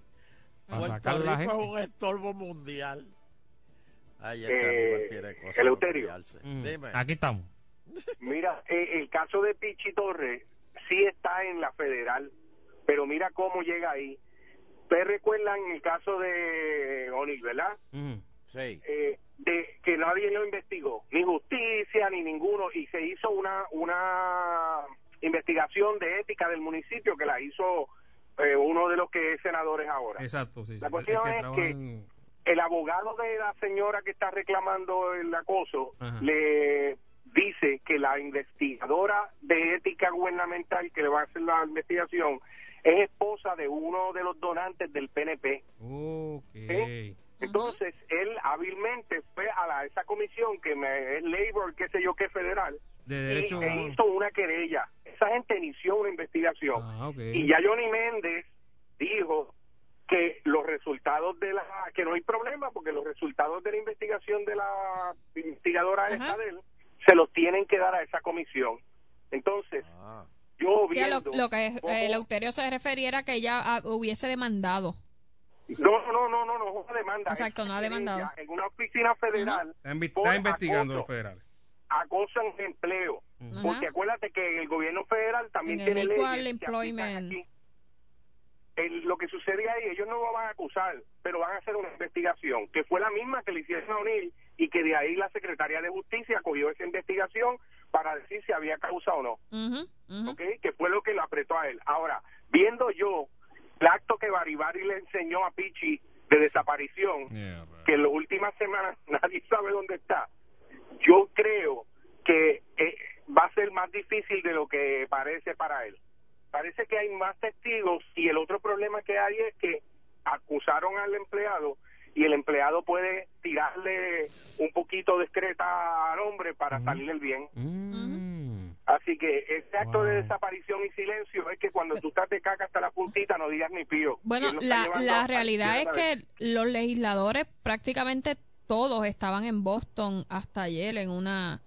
Speaker 5: para
Speaker 2: Puerto
Speaker 5: sacar a la
Speaker 2: Rico
Speaker 5: gente.
Speaker 2: es un estorbo mundial. Ay,
Speaker 13: Eh, Eleuterio.
Speaker 2: Mm. Dime.
Speaker 3: Aquí estamos.
Speaker 13: Mira, eh, el caso de Pichi Torres sí está en la federal, pero mira cómo llega ahí. Ustedes recuerdan el caso de Onil, ¿verdad?
Speaker 5: Mm.
Speaker 2: Sí.
Speaker 13: Eh, de que nadie lo investigó, ni justicia, ni ninguno, y se hizo una, una investigación de ética del municipio que la hizo eh, uno de los que es senadores ahora.
Speaker 5: Exacto, sí. sí.
Speaker 13: La cuestión
Speaker 5: Es que
Speaker 13: es
Speaker 5: trabaja
Speaker 13: que-
Speaker 5: en-
Speaker 13: el abogado de la señora que está reclamando el acoso
Speaker 5: Ajá.
Speaker 13: le dice que la investigadora de ética gubernamental que le va a hacer la investigación es esposa de uno de los donantes del PNP.
Speaker 5: Ok.
Speaker 13: Entonces, él hábilmente fue a la- esa comisión que me, es Labor, qué sé yo, qué federal,
Speaker 5: De
Speaker 13: y-
Speaker 5: derecho.
Speaker 13: e hizo una querella. Esa gente inició una investigación.
Speaker 5: Ah, ok.
Speaker 13: Y ya Johnny Méndez dijo que los resultados de la que no hay problema porque los resultados de la investigación de la investigadora esta de él se los tienen que dar a esa comisión. Entonces, yo
Speaker 4: Sí, a
Speaker 13: viendo
Speaker 4: lo, lo que es-
Speaker 13: cómo-
Speaker 4: eh, Eleuterio se referiera a que ella ah, hubiese demandado.
Speaker 13: no, no, no, no, no, es una demanda.
Speaker 4: Exacto, no ha demandado.
Speaker 13: En una oficina federal
Speaker 9: Está, invi- está investigando los
Speaker 13: acoso.
Speaker 9: federales.
Speaker 13: acosan el empleo.
Speaker 4: Ujú.
Speaker 13: Porque acuérdate que el gobierno federal también
Speaker 4: En el
Speaker 13: tiene
Speaker 4: Equal
Speaker 13: leyes que
Speaker 4: Employment.
Speaker 13: aplican aquí. El- lo que sucede ahí, ellos no lo van a acusar, pero van a hacer una investigación, que fue la misma que le hicieron a O'Neill y que de ahí la Secretaría de Justicia cogió esa investigación para decir si había causa o no.
Speaker 4: Ujú, ujú.
Speaker 13: ¿ok? Que fue lo que lo apretó a él. Ahora, viendo yo el acto que Baribari le enseñó a Pichi de desaparición, que en las últimas semanas [laughs] nadie sabe dónde está, yo creo que eh, va a ser más difícil de lo que parece para él. Parece que hay más testigos y el otro problema que hay es que acusaron al empleado y el empleado puede tirarle un poquito de excreta al hombre para salir el bien. Así que ese acto de desaparición y silencio es que cuando tú estás de caca hasta la puntita no digas ni pío. Y
Speaker 4: Bueno,
Speaker 13: él lo está
Speaker 4: la,
Speaker 13: llevando
Speaker 4: la
Speaker 13: al
Speaker 4: realidad es
Speaker 13: cielo otra
Speaker 4: que los legisladores prácticamente todos estaban en Boston hasta ayer en una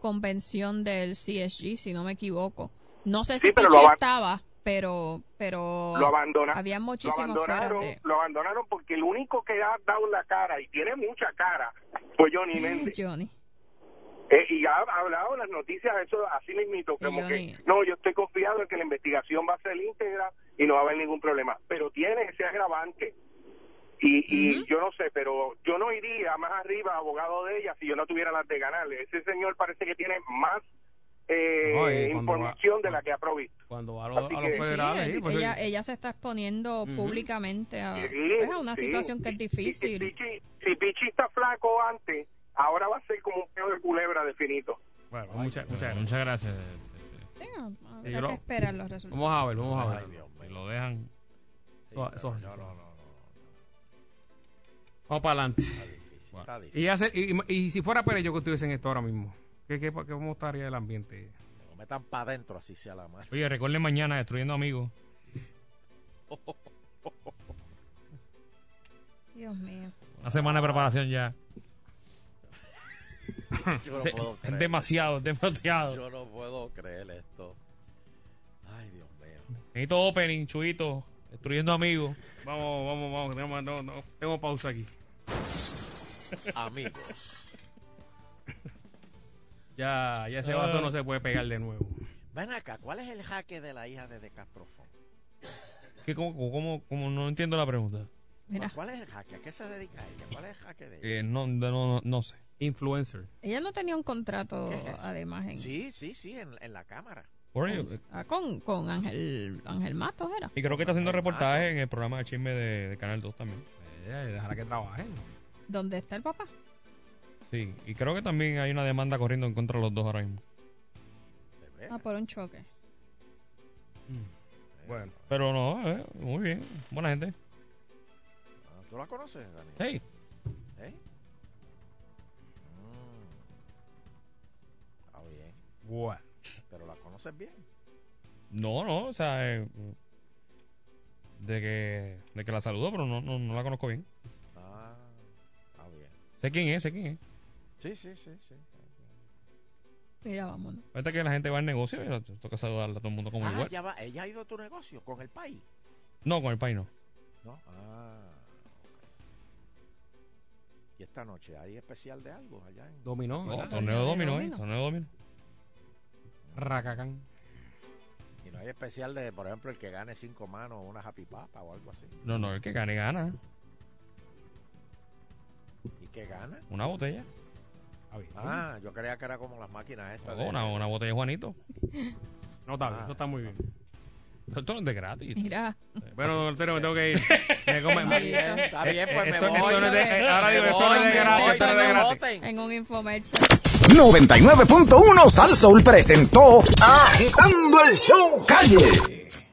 Speaker 4: convención del CSG, si no me equivoco. No sé
Speaker 13: Sí,
Speaker 4: si
Speaker 13: pero lo
Speaker 4: Pichi
Speaker 13: aban-
Speaker 4: estaba, pero pero
Speaker 13: Lo abandona-
Speaker 4: había
Speaker 13: lo
Speaker 4: muchísimos fuera
Speaker 13: abandonaron,
Speaker 4: de
Speaker 13: lo abandonaron porque el único que ha dado la cara y tiene mucha cara fue
Speaker 4: [laughs]
Speaker 13: Johnny Méndez.
Speaker 4: Johnny.
Speaker 13: Eh, y ha hablado en las noticias eso así mismito, como
Speaker 4: Johnny.
Speaker 13: que no, yo estoy confiado en que la investigación va a ser íntegra y no va a haber ningún problema. Pero tiene ese agravante. Y, y yo no sé, pero yo no iría más arriba abogado de ella si yo no tuviera las de ganarle. Ese señor parece que tiene más eh,
Speaker 5: No, y cuando va-
Speaker 13: información de la que ha provisto.
Speaker 5: Cuando va a, lo-
Speaker 13: Así
Speaker 5: a los
Speaker 13: que-
Speaker 5: federales.
Speaker 13: Sí,
Speaker 5: sí, pues,
Speaker 4: ella,
Speaker 5: sí.
Speaker 4: ella se está exponiendo
Speaker 5: Ujú.
Speaker 4: públicamente a,
Speaker 13: Sí,
Speaker 4: pues, a una
Speaker 13: sí.
Speaker 4: situación que es difícil.
Speaker 13: Pichi- si Pichi está flaco antes, ahora va a ser como un peo de culebra definito.
Speaker 5: Bueno, muchas, muchas gracias.
Speaker 3: Muchas gracias.
Speaker 4: Sí, a-
Speaker 5: Sí,
Speaker 4: ah, habrá
Speaker 5: lo-
Speaker 4: que esperar los resultados.
Speaker 5: Vamos a ver, vamos a
Speaker 3: Ay,
Speaker 5: ver.
Speaker 3: Si lo dejan.
Speaker 5: Eso- eso es así,
Speaker 3: no,
Speaker 5: eso
Speaker 3: no,
Speaker 5: es así. Vamos para adelante.
Speaker 2: Está difícil.
Speaker 5: Y, hace- y, y si fuera Pérez, yo que estuviese en esto ahora mismo. ¿Qué, qué, qué- ¿Cómo estaría el ambiente?
Speaker 2: No metan para adentro, así sea la madre.
Speaker 3: Oye, recuerden mañana destruyendo amigos.
Speaker 4: Dios mío.
Speaker 3: Una semana de preparación ya.
Speaker 2: Yo no
Speaker 3: De-
Speaker 2: puedo
Speaker 3: [laughs] es
Speaker 2: creer.
Speaker 3: demasiado, es demasiado.
Speaker 2: Yo no puedo creer esto. Ay, Dios mío.
Speaker 3: Necesito opening, chuito. Destruyendo amigos.
Speaker 5: Vamos, vamos, vamos. Tenemos, no, no, tengo pausa aquí.
Speaker 2: Amigos.
Speaker 5: Ya, ya ese vaso no se puede pegar de nuevo.
Speaker 2: Ven acá, ¿cuál es el jaque de la hija de De Castrofón?
Speaker 3: ¿Qué, cómo, cómo- cómo? no entiendo la pregunta.
Speaker 2: ¿Cuál es el jaque? ¿A qué se dedica ella? ¿Cuál es el jaque de ella?
Speaker 3: Eh, no, no, no, no sé.
Speaker 5: Influencer.
Speaker 4: Ella no tenía un contrato,
Speaker 2: ¿Qué es eso?
Speaker 4: además, en,
Speaker 2: Sí, sí, sí, en, en la cámara.
Speaker 3: Por ello, eh,
Speaker 4: ah, con, con Ángel, Ángel Matos, ¿era?
Speaker 3: Y creo que está haciendo reportaje en el programa de chisme de, de Canal 2 también.
Speaker 5: dejará que trabaje.
Speaker 4: ¿Dónde está el papá?
Speaker 3: Sí, y creo que también hay una demanda corriendo en contra de los dos ahora mismo.
Speaker 4: Ah, por un choque.
Speaker 5: Bueno.
Speaker 3: Pero no, eh, muy bien. Buena gente.
Speaker 2: Ah, ¿Tú la conoces, Dani?
Speaker 3: Hey,
Speaker 2: ¿Eh? Mm. Está bien.
Speaker 5: Bueno.
Speaker 2: Pero la conoces bien.
Speaker 3: no, no, o sea, eh, de que de que la saludo, pero no, no, no la conozco bien.
Speaker 2: Ah, está bien.
Speaker 3: Sé quién es, sé quién es.
Speaker 2: Sí, sí, sí, sí.
Speaker 4: Mira, vámonos.
Speaker 3: Ahorita que la gente va al negocio, mira, te toca saludarla a todo el mundo como
Speaker 2: Ah,
Speaker 3: igual.
Speaker 2: ya va, ella ha ido a tu negocio con el país,
Speaker 3: No, con el país no.
Speaker 2: ¿no? Ah. Y esta noche hay especial de algo allá en...
Speaker 5: Dominó,
Speaker 3: No,
Speaker 5: ¿verdad?
Speaker 3: torneo de dominó, ¿eh? Torneo de dominó. Oh.
Speaker 5: Racacán.
Speaker 2: Y no hay especial de, por ejemplo, el que gane cinco manos, una happy papa o algo así.
Speaker 3: No, no, el que gane, gana.
Speaker 2: ¿Y qué gana?
Speaker 3: Una botella.
Speaker 2: Ah, yo creía que era como las máquinas estas.
Speaker 3: O
Speaker 2: de-
Speaker 3: Oh, Una, una botella de Juanito.
Speaker 5: Ah, No está bien, eso está muy bien.
Speaker 3: Esto no es de gratis.
Speaker 4: Mira.
Speaker 5: Bueno, don Alterio, me tengo que ir. [laughs] Me come-
Speaker 4: Está bien,
Speaker 5: eh,
Speaker 4: está bien,
Speaker 5: eh,
Speaker 4: pues me
Speaker 5: esto-
Speaker 4: voy.
Speaker 5: esto no es de- eh, Ahora digo,
Speaker 4: Me
Speaker 5: esto no es de
Speaker 4: voy,
Speaker 5: gratis,
Speaker 4: me
Speaker 5: esto no es de
Speaker 4: voy.
Speaker 5: gratis.
Speaker 4: En un infomercial.
Speaker 1: 99.1 Sal Soul presentó Agitando el Show Calle.